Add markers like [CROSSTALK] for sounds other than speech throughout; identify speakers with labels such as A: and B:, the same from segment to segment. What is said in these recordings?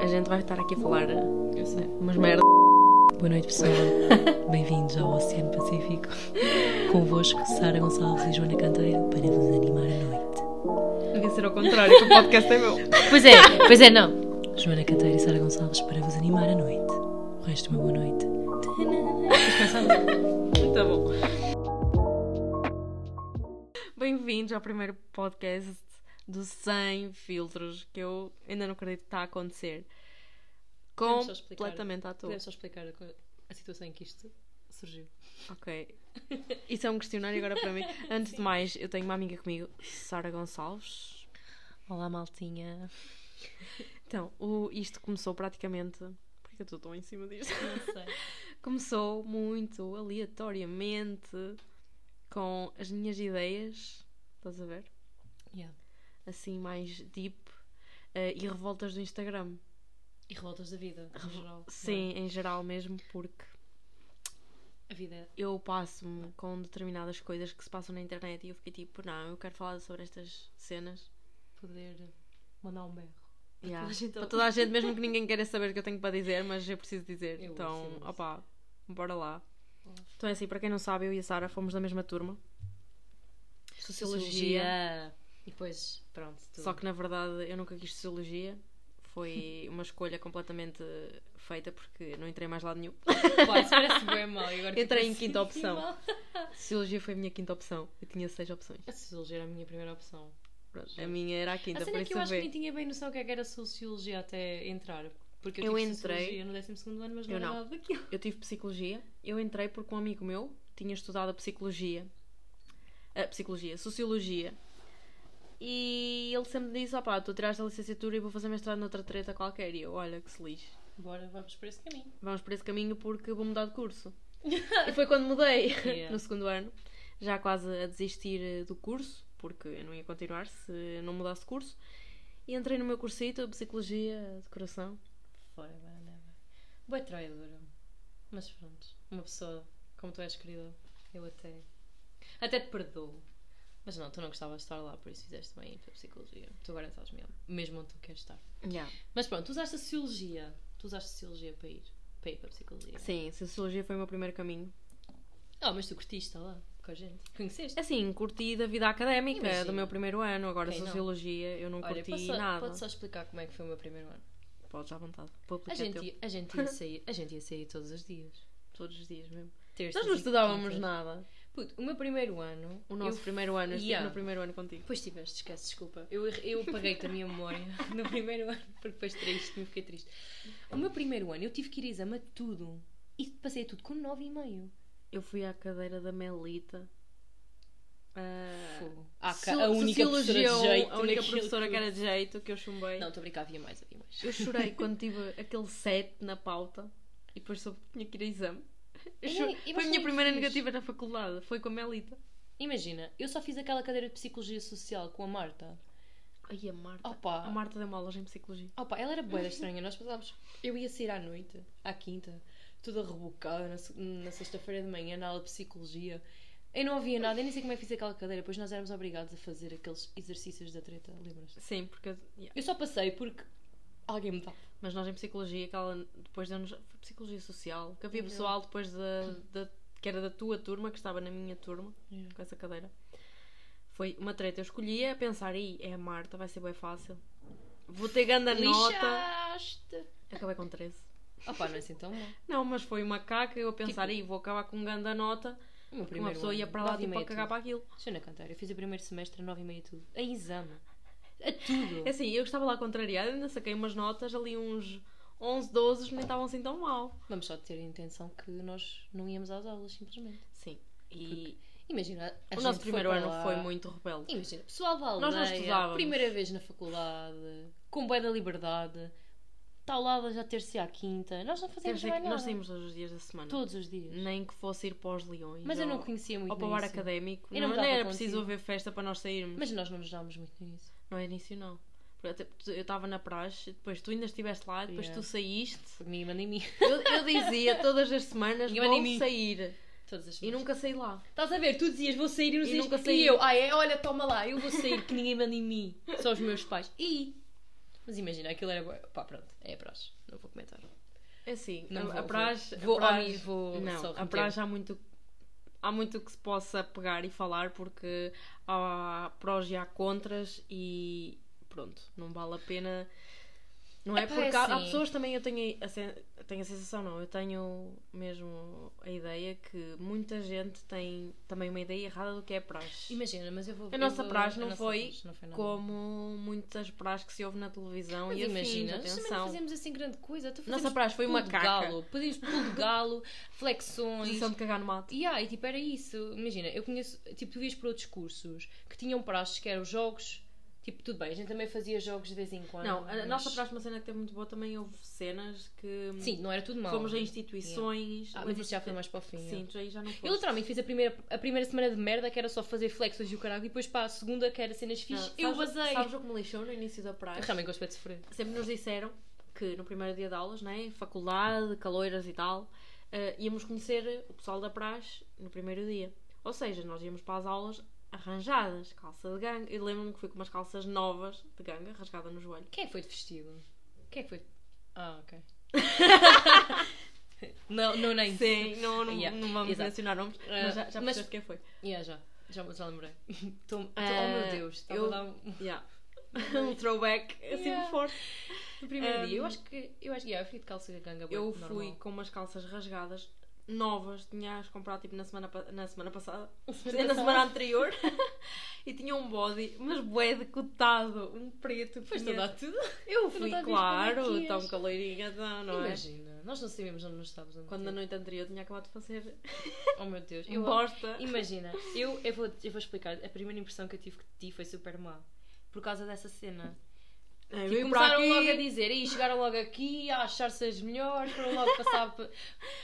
A: a gente vai estar aqui a falar, eu sei, umas merda.
B: Boa noite, pessoal.
C: [LAUGHS]
B: Bem-vindos ao Oceano Pacífico. Convosco, Sara Gonçalves e Joana Canteiro para vos animar à noite.
A: Devia ser ao contrário.
C: Contrário, que o podcast é meu. [LAUGHS]
A: Pois é, pois é, não.
B: Joana Canteiro e Sara Gonçalves para vos animar à noite. O resto, uma boa noite.
C: Muito Tá bom.
A: Bem-vindos ao primeiro podcast do Sem Filtros, que eu ainda não acredito que está a acontecer.
C: Podemos só explicar.
A: Completamente à toa.
C: Podemos só explicar a, co- a situação em que isto surgiu.
A: Ok. Isso é um questionário agora para
C: [LAUGHS]
A: mim. Antes de mais, eu tenho uma amiga comigo, Sara Gonçalves. Olá, maltinha. Então, o- isto começou praticamente. Porquê que eu estou tão em cima disto?
C: Não sei.
A: Começou muito aleatoriamente com as minhas ideias. Estás a ver?
C: Yeah.
A: Assim, mais deep. eh, e revoltas do Instagram.
C: E revoltas da vida, em geral.
A: Sim, em geral mesmo, porque
C: A vida é.
A: eu passo-me com determinadas coisas que se passam na internet e eu fiquei tipo, não, eu quero falar sobre estas cenas.
C: poder mandar um berro.
A: Yeah.
C: toda a gente
A: Para toda a gente, mesmo que ninguém queira saber o que eu tenho para dizer, mas eu preciso dizer.
C: Eu
A: então,
C: ouço, eu ouço.
A: opá, bora lá. Então é assim, para quem não sabe, eu e a Sara fomos da mesma turma. Sociologia.
C: E depois, pronto. tudo.
A: Só que na verdade eu nunca quis sociologia. [LAUGHS] Foi uma escolha completamente feita porque não entrei mais lado nenhum.
C: Pá, isso parece bem mal. e [LAUGHS] agora
A: Entrei
C: fico
A: em quinta
C: assim,
A: opção.
C: mal.
A: [LAUGHS] Sociologia foi a minha quinta opção. Eu tinha seis opções.
C: A sociologia era a minha primeira opção.
A: Pronto, a minha era a quinta,
C: a
A: por
C: cena é que
A: isso
C: eu acho que
A: vê.
C: nem tinha bem noção o que é que era sociologia até entrar. Porque eu,
A: Eu
C: tive
A: entrei-
C: sociologia no 12 ano, mas não
A: Eu
C: era
A: não.
C: nada daquilo.
A: Eu tive psicologia. Eu entrei porque um amigo meu tinha estudado a psicologia. A psicologia, sociologia. E ele sempre disse: opá, tu tiraste a licenciatura e vou fazer mestrado noutra treta qualquer. E eu, olha que se lixe.
C: Bora, vamos por esse caminho.
A: Vamos por esse caminho porque vou mudar de
C: [LAUGHS]
A: curso. e foi quando mudei,
C: Yeah.
A: no segundo ano. Já quase a desistir eh, do curso, porque eu não ia continuar se não mudasse de curso. E entrei no meu cursito, Psicologia de Coração.
C: Fora, vai, never. Boa né, traidora. Mas pronto, uma pessoa como tu és querida, eu até. Até te perdoo. Mas não, tu não gostavas de estar lá, por isso fizeste bem para a psicologia. Tu agora estás mesmo, mesmo onde tu queres estar.
A: Yeah.
C: Mas pronto, tu usaste a sociologia. Tu usaste a sociologia para ir para, ir para a psicologia.
A: Sim, Sociologia foi o meu primeiro caminho.
C: Ah, mas tu curtiste lá com a gente. Conheceste?
A: Assim, curti da vida académica
C: Imagina.
A: do meu primeiro ano, agora
C: Quem não?
A: sociologia, eu não
C: Olha,
A: curti
C: posso só-
A: nada.
C: pode só explicar como é que foi o meu primeiro ano. é
A: Podes à vontade.
C: A
A: Publica
C: gente,
A: teu,
C: ia- a, gente [LAUGHS] ia sair, a gente ia sair todos os dias.
A: todos os dias mesmo.
C: Terças
A: Nós não
C: e
A: estudávamos
C: quintas.
A: nada.
C: Puto, o meu primeiro ano.
A: O nosso
C: eu-
A: primeiro ano, eu estive
C: Yeah.
A: no primeiro ano contigo.
C: Depois tiveste, esquece, desculpa. Eu, eu paguei-te a minha memória [LAUGHS] no primeiro ano, porque depois triste, me fiquei triste. O meu primeiro ano eu tive que ir exame a tudo. E passei a tudo com 9,5.
A: Eu fui à cadeira da Melita. Ah,
C: Fogo. Ah,
A: so-
C: ca- a única professora
A: Sociologia,
C: de jeito.
A: a única
C: naquilo
A: professora que
C: tudo.
A: era de jeito, que eu chumbei.
C: Não, estou a brincar, havia mais, havia mais.
A: Eu chorei quando tive aquele 7 na pauta e depois soube que tinha que ir a exame. Eu
C: E-
A: cho-
C: e vocês
A: Foi a minha
C: nem
A: primeira
C: fiz.
A: negativa na faculdade, foi com a Melita.
C: Imagina, eu só fiz aquela cadeira de Psicologia Social com a Marta.
A: Ai, a Marta.
C: Opa!
A: A Marta deu uma aula em psicologia.
C: Opa, ela era boa estranha. Nós passávamos. Eu ia sair à noite, à quinta, toda rebocada, na, se- na sexta-feira de manhã, na aula de psicologia. Eu não havia nada, eu nem sei como é que fiz aquela cadeira, pois nós éramos obrigados a fazer aqueles exercícios da treta, lembras-te?
A: Sim, porque. yeah.
C: Eu só passei porque alguém me dá.
A: Mas nós em psicologia, que ela depois deu-nos. Foi psicologia social, que havia
C: Não.
A: pessoal depois da, da- que era da tua turma, que estava na minha turma,
C: Yeah.
A: com essa cadeira. Foi uma treta. Eu escolhia a pensar, aí é a Marta, vai ser bem fácil. Vou ter ganda nota.
C: Lixaste!
A: Acabei com 13.
C: Opa, não é assim tão mal.
A: Não, mas foi uma caca. Eu a pensar,
C: Tipo
A: aí vou acabar com ganda nota.
C: O meu
A: Porque uma pessoa ia para lá tipo, a cagar para aquilo.
C: Deixa eu não cantar, eu fiz o primeiro semestre, nove e meia tudo. A exame. A tudo.
A: É assim, eu estava lá contrariada, ainda saquei umas notas ali, uns 11, 12, nem estavam assim tão mal.
C: Vamos só ter a intenção que nós não íamos às aulas, simplesmente.
A: Sim. E
C: Imagina, a
A: o
C: gente
A: nosso
C: foi
A: primeiro
C: para
A: ano
C: lá.
A: foi muito rebelde.
C: Imagina, pessoal da
A: Nós
C: aldeia,
A: não estudávamos.
C: primeira vez na faculdade, com bué da liberdade, taulada já terça e à quinta, nós não
A: Quer
C: fazemos
A: dizer
C: mais
A: que
C: nada.
A: nós saímos todos os dias da semana.
C: Todos os dias.
A: Nem que fosse ir para os leões.
C: Mas eu
A: ou-
C: não conhecia muito
A: Ou para o ar
C: nisso.
A: académico.
C: Eu não
A: não,
C: me
A: nem
C: dava
A: era
C: consigo.
A: preciso haver festa para nós sairmos.
C: Mas nós não nos dámos muito nisso.
A: Não é início, não. Porque até- tu- Eu estava na praxe, depois tu ainda estiveste lá, depois
C: Yeah.
A: tu saíste.
C: Foi mim, mandei em mim.
A: Eu, eu dizia todas as semanas:
C: Ninguém manda
A: vou
C: em mim."
A: sair.
C: [LAUGHS] Todas as
A: E
C: semanas.
A: nunca saí lá.
C: Estás a ver, tu dizias vou sair e não
A: E
C: saías.
A: nunca saí.
C: E eu, ah é, olha, toma lá, eu vou sair que ninguém manda em mim. Só os meus pais. E Mas imagina, aquilo era. bué- Pá, pronto, é a praxe. Não vou comentar.
A: É assim,
C: Não
A: a,
C: vou,
A: a praxe.
C: vou.
A: a
C: Vou ao
A: praxe-
C: nível só
A: Não, a
C: remeter.
A: praxe há muito. Há muito que se possa pegar e falar porque há prós e há contras e pronto, não vale a pena. Não é?
C: Epá, é
A: porque há, há
C: assim.
A: pessoas também, eu tenho a, sen- tenho a sensação, não, eu tenho mesmo a ideia que muita gente tem também uma ideia errada do que é praxe.
C: Imagina, mas eu vou
A: A
C: eu
A: nossa
C: vou-
A: praxe
C: a
A: não
C: nossa
A: foi
C: praxe não foi nada.
A: Como muitas praxes que se ouve na televisão
C: Mas
A: e
C: imagina,
A: afins,
C: nós também
A: atenção.
C: não fizemos assim grande coisa. Então
A: Nossa
C: fazíamos
A: praxe foi
C: pulo
A: uma
C: de
A: caca.
C: Galo, pedimos pulo de
A: [LAUGHS]
C: galo, flexões.
A: Posição de cagar no mato.
C: E ah, e tipo, era isso. Imagina, eu conheço, tipo, tu vias para outros cursos que tinham praxes que eram jogos. Tipo, tudo bem, a gente também fazia jogos de vez em quando.
A: Não, a
C: mas-
A: nossa próxima cena que teve muito boa também houve cenas que
C: Sim, não era tudo mal. né?
A: fomos a instituições.
C: Ah, mas
A: coisas
C: isso já
A: que-
C: foi mais para o fim. é.
A: Sim, tu aí já não foi.
C: Eu literalmente fiz a primeira, a primeira semana de merda que era só fazer flexões e o caralho, e depois para a segunda que era cenas
A: Não,
C: fixe,
A: sabes-
C: eu basei.
A: Sabes o que me lixou no início da praia?
C: Eu realmente gosto bué de sofrer.
A: Sempre nos disseram que no primeiro dia de aulas, né, faculdade, caloiras e tal, eh, íamos conhecer o pessoal da praxe no primeiro dia. Ou seja, nós íamos para as aulas arranjadas, calça de ganga. Eu lembro-me que fui com umas calças novas de ganga, rasgada no joelho.
C: Quem é que foi de vestido? Quem é que foi? Ah,
A: [LAUGHS]
C: ok. não, não, nem.
A: Sim, não, não,
C: Yeah,
A: não vamos
C: exato. Eh,
A: mencionar nomes, mas já, já
C: mas-
A: percebeste quem foi.
C: Yeah, já, já, já lembrei. Tô, tô-
A: Ah,
C: oh meu Deus, estava
A: eu-
C: a dar um.
A: Yeah.
C: [LAUGHS]
A: um throwback assim
C: Yeah.
A: forte.
C: No primeiro
A: Um,
C: dia, eu acho que. Eu acho que. Yeah, eu fui de calça e ganga bué
A: Eu
C: normal.
A: fui com umas calças rasgadas novas, tinha-as comprado tipo na semana, pa- na semana passada,
C: [LAUGHS] semana
A: na semana
C: passada.
A: anterior,
C: [LAUGHS]
A: e tinha um body, mas bué decotado, um preto. que
C: Foste a
A: tinha-
C: dar tudo.
A: Eu
C: não
A: fui,
C: estás a ver como é
A: claro,
C: que
A: tão
C: és.
A: caloirinha, não, não é?
C: Imagina, nós não sabíamos onde nós estávamos. a
A: Quando na
C: meter.
A: noite anterior tinha acabado de fazer
C: Oh meu Deus, eu,
A: [LAUGHS] bosta.
C: Imagina, eu, eu, vou, eu vou explicar. A primeira impressão que eu tive de ti foi super má. Por causa dessa cena.
A: Ai,
C: Tipo,
A: veio para
C: começaram
A: É, aqui,
C: logo a dizer, e chegaram logo aqui, a achar-se as melhores, foram logo passar.
A: [LAUGHS]
C: pa-
A: ter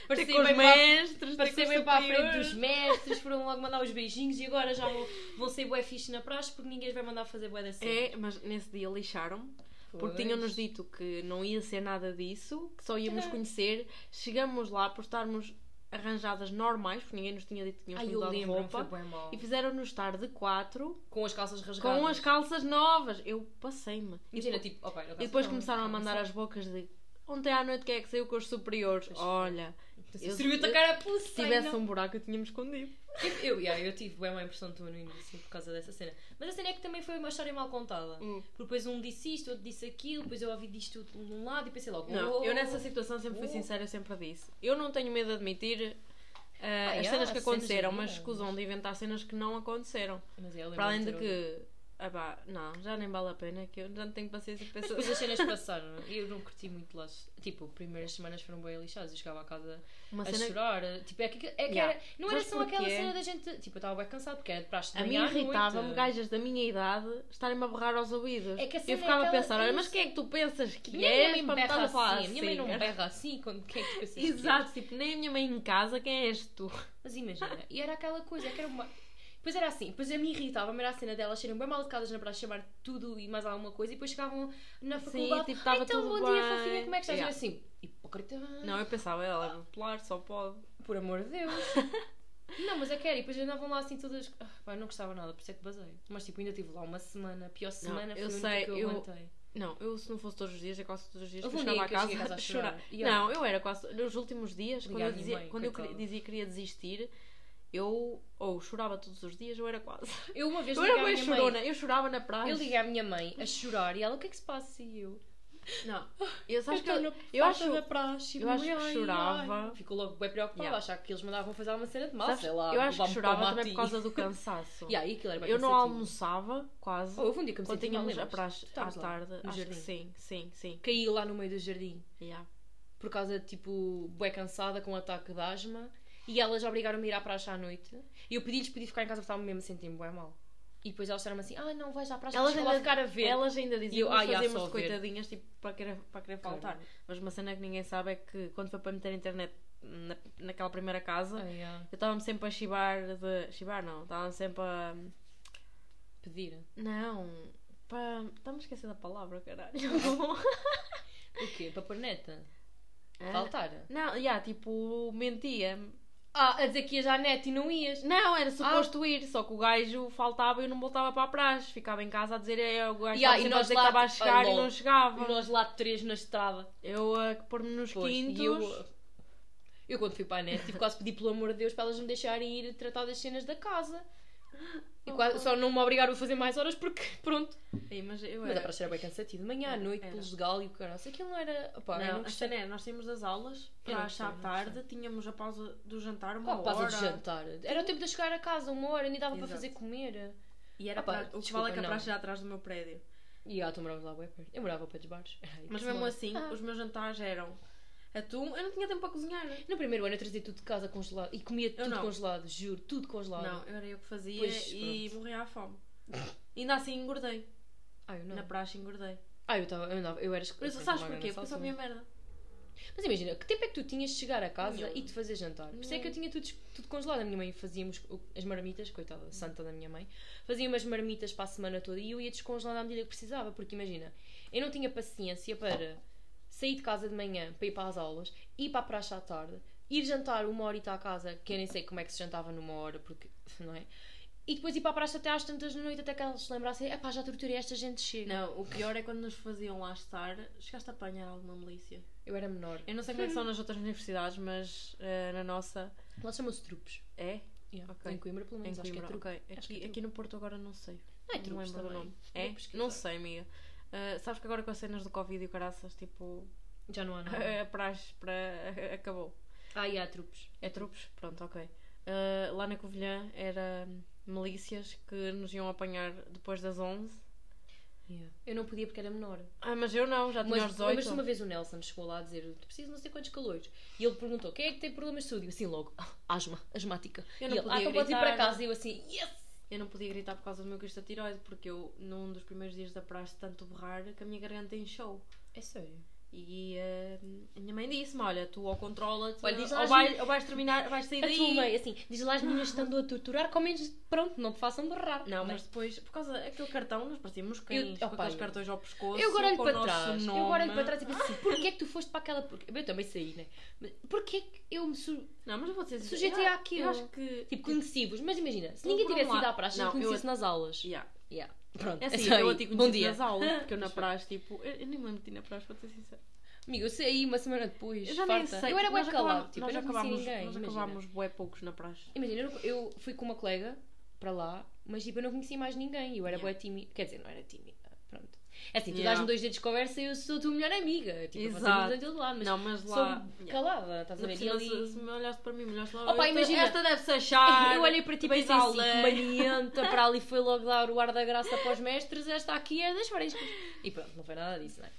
C: Parecer
A: com os
C: bem, para,
A: mestres, ter
C: parecer
A: com os
C: bem para a frente
A: superiores.
C: dos mestres, foram logo mandar os beijinhos e agora já vão, vão ser bué fixe na praxe porque ninguém os vai mandar fazer bué da cena.
A: É, mas nesse dia lixaram-me. Porque tinham-nos dito que não ia ser nada disso, que só íamos
C: Tcharam.
A: conhecer. Chegamos lá por estarmos arranjadas normais, porque ninguém nos tinha dito que tínhamos
C: Ai, eu
A: mudado de
C: lembro, foi
A: roupa.
C: bué mal.
A: E fizeram-nos estar de quatro
C: Com as calças rasgadas.
A: com as calças novas. Eu passei-me. E,
C: Imagina,
A: depo-
C: tipo, oh, pá, era
A: e depois começaram a mandar as bocas de ontem à noite quem é que saiu com os superiores?
C: Pois foi.
A: Olha, eu-
C: Serviu-te a cara a pulseira.
A: se tivesse um buraco eu tinha-me escondido.
C: Tipo, Eu, yeah, eu tive bem uma impressão tua no início por causa dessa cena. Mas a cena é que também foi uma história mal contada.
A: Hum.
C: Porque depois um disse isto, outro disse aquilo, depois eu ouvi disto de um lado e pensei logo.
A: Não,
C: "Oh,
A: eu nessa situação sempre fui
C: Oh.
A: sincera, eu sempre disse. Eu não tenho medo de admitir uh, as
C: yeah,
A: ah, cenas que
C: as cenas
A: aconteceram, mas
C: da vida,
A: escusam de inventar cenas que não aconteceram.
C: Mas é, eu lembro-me
A: Para além de
C: ter ouvido.
A: que, ah pá, não, já nem vale a pena, que eu já não tenho paciência para
C: Mas
A: pensar.
C: depois as cenas passaram. Eu não curti muito lá. Tipo, as primeiras semanas foram bem lixadas. Eu chegava a casa
A: Uma
C: a
A: cena
C: chorar. Tipo, é que, é que
A: Yeah.
C: era, não
A: Mas
C: era só aquela
A: porquê?
C: cena da gente. Tipo, eu estava bem cansada porque era de praxe de
A: a mim um
C: manhã à noite.
A: irritava-me gajas da minha idade estarem-me a borrar aos ouvidos.
C: É que a
A: eu
C: cena é
A: ficava a
C: aquela-
A: pensar, olha,
C: é
A: mas
C: isso.
A: quem é que tu pensas que
C: Minha
A: és
C: mãe não
A: para me
C: me
A: estar a
C: berra
A: falar
C: assim. A minha mãe não me
A: cara?
C: berra assim. Quando, quem é que
A: [LAUGHS]
C: tu pensas que és?
A: Exato, tipo, nem a minha mãe em casa, quem és tu?
C: Mas imagina, e era aquela coisa, é que era uma. Depois era assim, depois a mim irritava-me era a cena delas serem bem mal educadas na praxe, chamar tudo e mais alguma coisa, e depois chegavam na faculdade.
A: tipo, estava
C: "Ah, então,
A: tudo
C: bom dia,
A: bem."
C: fofinha, como é que
A: Yeah.
C: estás? E eu assim, hipócrita,
A: Não, eu pensava, ela
C: Ah.
A: é bipolar, só pode.
C: por amor de
A: [LAUGHS]
C: Deus. não, mas é que era, e depois andavam lá assim todas. Ah, pá, eu não gostava nada, por isso é que basei. Mas tipo, ainda tive lá uma semana, a pior semana foi
A: eu
C: a única
A: sei,
C: que eu,
A: eu-
C: aguentei.
A: Não, eu se não fosse todos os dias, é quase todos os dias que
C: Houve
A: eu
C: um dia
A: chegava
C: que
A: a
C: eu
A: casa,
C: cheguei a
A: [LAUGHS]
C: casa
A: a
C: a
A: chorar.
C: chorar. Yeah.
A: Não, eu era quase. Nos últimos dias, quando
C: Ligar à
A: eu,
C: minha
A: dizia,
C: mãe,
A: quando eu
C: coitada.
A: dizia que queria desistir, eu ou chorava todos os dias ou era quase.
C: Eu uma vez
A: Eu era
C: liguei à
A: bem
C: minha mãe-
A: chorona, eu chorava na praia.
C: Eu liguei à minha mãe a chorar e ela, o que é que se passa? E eu,
A: Não, Ah, eu, sabes que
C: estou
A: eu,
C: na
A: eu
C: porta
A: acho.
C: da praxe,
A: eu acho que
C: ai, ai.
A: chorava.
C: Ficou logo bem preocupada,
A: Yeah.
C: achar que eles mandavam fazer uma cena de mal,
A: sabes,
C: sei lá.
A: eu acho que
C: levar-me para
A: chorava
C: o
A: também por
C: matinho.
A: causa do [LAUGHS] cansaço.
C: [LAUGHS] Yeah, e aquilo era bem
A: eu não
C: cansativo.
A: almoçava quase.
C: Oh, houve um dia que eu me
A: quando
C: senti mal,
A: tínhamos a praxe
C: lembras-te? Tu
A: à
C: estavas lá,
A: tarde,
C: no
A: acho
C: jardim.
A: que sim, sim, sim.
C: Caí lá no meio do jardim,
A: Yeah.
C: por causa de, tipo, bué cansada, com um ataque de asma. E elas obrigaram-me a ir à praxe à noite. E eu pedi-lhes para ir ficar em casa porque estava mesmo sentindo bué mal. E depois elas disseram assim, ah não, vais à praxe,
A: Elas
C: elas vão
A: ainda-
C: ficar a ver.
A: Elas ainda
C: E eu,
A: diziam que
C: ah,
A: nós
C: já,
A: fazemos
C: só
A: de
C: ver.
A: coitadinhas tipo, para, querer, para querer faltar.
C: Caramba.
A: Mas uma cena que ninguém sabe é que quando foi para meter a internet na, naquela primeira casa,
C: Ah, yeah.
A: eu estava-me sempre a chibar de. chibar não, estava-me sempre a.
C: Pedir.
A: Não, para. estava me a esquecer da palavra, caralho. [LAUGHS]
C: O quê? Para pôr neta?
A: Ah,
C: Faltar?
A: Não, já, tipo, mentia-me.
C: Ah, a dizer que ias à net e não ias.
A: Não, era
C: Ah.
A: suposto ir, só que o gajo faltava e eu não voltava para trás. Ficava em casa a dizer, é, o gajo estava
C: Yeah, e
A: sempre a
C: nós
A: dizer
C: lá-
A: que estava a chegar
C: Ah,
A: e não
C: lol.
A: chegava.
C: E nós lá três na estrada.
A: Eu a pôr-me nos
C: Pois,
A: quintos.
C: E eu, eu quando fui para a net tive quase pedi pelo amor de Deus para elas me deixarem ir tratar das cenas da casa. E quase- só não me obrigaram a fazer mais horas porque, [LAUGHS] pronto.
A: Ei, mas eu
C: Mas a
A: era...
C: prancha era bem cansativo. De manhã à noite,
A: É, era.
C: pelos legal e o caralho. Aquilo não era. Opá,
A: Não,
C: eu não
A: a
C: gostei.
A: cena é, nós tínhamos as aulas
C: Eu não
A: para achar à
C: gostei, não
A: tarde, tínhamos a pausa do jantar uma
C: Qual a pausa
A: hora.
C: de jantar? Era o tempo de eu chegar a casa, uma hora, nem dava para
A: Exato.
C: fazer comer.
A: E era
C: Opa,
A: pra- o que
C: Ah, desculpa,
A: vale é que a
C: não.
A: praxe era atrás do meu prédio.
C: E ah, tu moravas lá, bué perto. Eu morava ao pé dos bares. Ai,
A: Mas mesmo
C: que semana.
A: assim,
C: Ah.
A: os meus jantares eram atum, eu não tinha tempo para cozinhar.
C: No primeiro ano eu trazia tudo de casa congelado e comia tudo
A: não.
C: congelado, juro, tudo congelado.
A: Não, eu era eu que fazia
C: Pois,
A: e morria à fome. Ainda assim engordei.
C: Ah, eu não.
A: Na praxe engordei.
C: Ah, eu, tava, eu andava, eu era esco-
A: Por isso,
C: assim,
A: sabes
C: magra
A: porquê?
C: nessa
A: Porque eu só
C: altura.
A: minha merda.
C: Mas imagina, que tempo é que tu tinhas de chegar a casa
A: Nenhum.
C: e de fazer jantar? Por isso é que eu tinha tudo, tudo congelado. A minha mãe fazíamos as marmitas, coitada, santa da minha mãe, fazia umas marmitas para a semana toda e eu ia descongelando à medida que precisava, porque imagina, eu não tinha paciência para sair de casa de manhã para ir para as aulas, ir para a praça à tarde, ir jantar uma horita à casa, que eu nem sei como é que se jantava numa hora, porque, [LAUGHS] não é? E depois ir para a praça até às tantas da noite, até que elas se lembrassem, é pá, já torturei esta gente, chega.
A: Não, o pior é quando nos faziam lá estar, chegaste a apanhar alguma milícia.
C: Eu era menor.
A: Eu não sei como é que são nas outras universidades, mas eh, na nossa
C: Elas chamam-se trupes.
A: é.
C: Yeah.
A: Ok.
C: Em Coimbra, pelo
A: Em
C: menos, acho que é
A: Coimbra,
C: trupe.
A: ok.
C: Acho que é
A: Aqui,
C: trupe.
A: aqui no Porto agora não sei.
C: Não é truques
A: lembro do
C: também.
A: nome.
C: Vou
A: É?
C: pesquisar.
A: Não sei, amiga. Ah, sabes que agora com as cenas do Covid e o caraças, tipo,
C: Já não há
A: [LAUGHS]
C: nada.
A: a praxe pra- acabou.
C: ah, e há trupes.
A: É trupes? Pronto, ok. Ah, lá na Covilhã era hum, milícias que nos iam apanhar depois das 11.
C: Eu não podia porque era menor.
A: Ah, mas eu não, já tinha aos
C: Mas
A: 18.
C: lembras-te uma vez o Nelson chegou lá a dizer: Tu precisas de não sei quantos calores. E ele perguntou: Quem é que tem problemas de saúde? E eu assim logo: [LAUGHS] "Ah, Asma, asmática.
A: Eu
C: e
A: não
C: ele: Ah,
A: podia
C: então podes ir
A: gritar.
C: para casa. E eu assim: Yes!
A: Eu não podia gritar por causa do meu cristo tiroide, porque eu, num dos primeiros dias da praxe, de tanto berrar, que a minha garganta inchou.
C: É sério.
A: E ah, a minha mãe disse-me: Olha, tu ou controla-te,
C: Olha, diz lá
A: ou,
C: às
A: vai- ou vais terminar, vais sair
C: A
A: daí.
C: tua mãe, assim, diz lá as meninas estando a torturar, com menos, pronto, não te façam berrar.
A: Não,
C: Né?
A: mas depois, por causa daquele cartão, nós parecíamos
C: Eu-
A: cães, com
C: opa,
A: aqueles
C: eu-
A: cartões ao pescoço,
C: Eu agora olho
A: com o
C: para
A: nosso
C: trás.
A: nome.
C: Eu agora olho para trás e penso assim: Porquê é que tu foste para aquela. porca-" Eu também saí, né? Mas porquê é que eu me. sur-
A: Não, mas eu vou dizer... "Ah,
C: Sujeitei
A: eu-
C: àquilo.
A: Eu acho que...
C: Tipo, conheci-vos, mas imagina, se
A: Não,
C: ninguém
A: por um
C: tivesse ido
A: lado-
C: à praxe, não,
A: não, eu-
C: conhecesse nas aulas.
A: Yeah.
C: Yeah. Pronto,
A: É assim,
C: só
A: eu
C: aí.
A: a ti
C: Bom
A: conheci
C: dia.
A: nas aulas, porque eu
C: [LAUGHS]
A: na praxe, tipo... Eu, eu nem me lembro de ti na praxe, para ser sincera.
C: Amigo, eu saí uma semana depois.
A: Eu já nem
C: farta.
A: sei.
C: Eu era
A: nós
C: bué calado.
A: acabámos-
C: Tipo,
A: nós
C: eu não conhecia
A: acabámos,
C: ninguém.
A: Nós
C: imagina,
A: acabámos bué poucos na praxe.
C: imagina eu, eu fui com uma colega para lá, mas tipo, eu não conhecia mais ninguém. Eu era
A: Yeah.
C: bué tímida. Quer dizer, não era tímida. Pronto. É assim, tu
A: Yeah.
C: dás-me dois dedos de conversa e eu sou a tua melhor amiga. Tipo,
A: Exato.
C: Exato. Todo lado, mas
A: não, mas
C: sou
A: lá... yeah.
C: calada. Estás
A: Ainda por
C: a ver? E
A: cima, se,
C: ali...
A: se me olhaste para mim, me olhaste lá...
C: Opa,
A: esta-
C: imagina.
A: Esta deve-se achar...
C: Eu olhei para ti e
A: bem
C: pensei assim,
A: aula.
C: que manianta, para ali foi logo dar o ar da graça para os mestres, esta aqui é das frescas. E pronto, não foi nada disso, não é?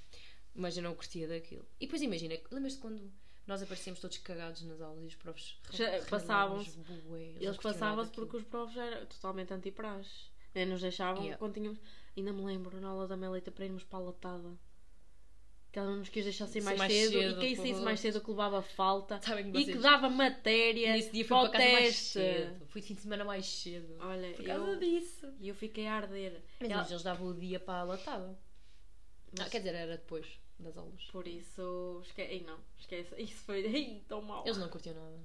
C: Mas eu não curtia daquilo. E depois imagina, lembras-te quando nós aparecíamos todos cagados nas aulas e os profs
A: Já
C: ralhavam-nos
A: passavam-se.
C: bué, não
A: Eles
C: curtiam nada
A: passavam-se
C: daquilo.
A: porque os profs eram totalmente anti-praxe. Nem nos deixavam
C: Yeah.
A: quando tínhamos. Ainda me lembro na aula da Melita para irmos para a latada. Que ela não nos quis deixar sair
C: Sim,
A: mais,
C: mais
A: cedo,
C: cedo,
A: e quem
C: por
A: saísse
C: favor.
A: mais cedo é que levava falta
C: [LAUGHS] Sabem que
A: e
C: vocês-
A: que dava matéria.
C: Nesse dia fui
A: para o
C: para casa mais
A: teste.
C: cedo. Fui de fim de semana mais cedo.
A: Olha,
C: Por causa
A: eu,
C: disso.
A: e eu fiquei a arder.
C: Mas
A: Ela-
C: eles davam o dia para a latada.
A: mas
C: Ah, quer dizer, era depois das aulas.
A: Por isso. Esque... Ei, não, esquece. [LAUGHS] Isso foi. Ei, tão mal.
C: Eles não curtiam nada.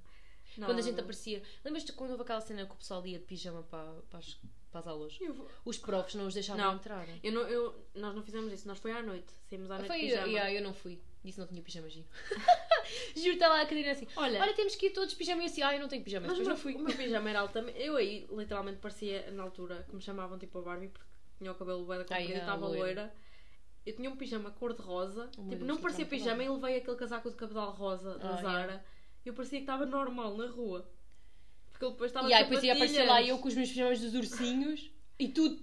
A: Não,
C: Quando a gente
A: não.
C: aparecia. Lembras-te quando houve aquela cena que o pessoal ia de pijama para, para, as, para as aulas?
A: Eu,
C: Os profs não os deixavam
A: Não.
C: entrar.
A: eu não, eu, nós não fizemos isso, nós foi à noite. Saímos à noite.
C: Ah, Foi,
A: de pijama.
C: yeah, eu não fui. Disse não tinha pijama, [LAUGHS] giro. giro, está lá a cadeira assim.
A: Olha,
C: Olha, temos que ir todos de pijama. E eu assim, ah, eu não tenho pijama.
A: Mas
C: Depois
A: o
C: não
A: meu,
C: fui.
A: o meu pijama era altamente. Eu aí literalmente parecia na altura que me chamavam tipo a Barbie porque tinha o cabelo bem
C: Ai,
A: comprido e
C: a
A: estava
C: loira.
A: loira. Eu tinha um pijama cor-de-rosa,
C: Oh,
A: tipo,
C: meu Deus,
A: não
C: tu
A: parecia
C: estás
A: pijama, e levei aquele casaco de cabedal rosa da
C: Ah,
A: Zara. Eu parecia que estava normal na rua. Porque ele depois estava
C: e aí,
A: de
C: depois ia aparecer
A: sapatilhas.
C: lá eu com os meus pijamas dos ursinhos. E tu.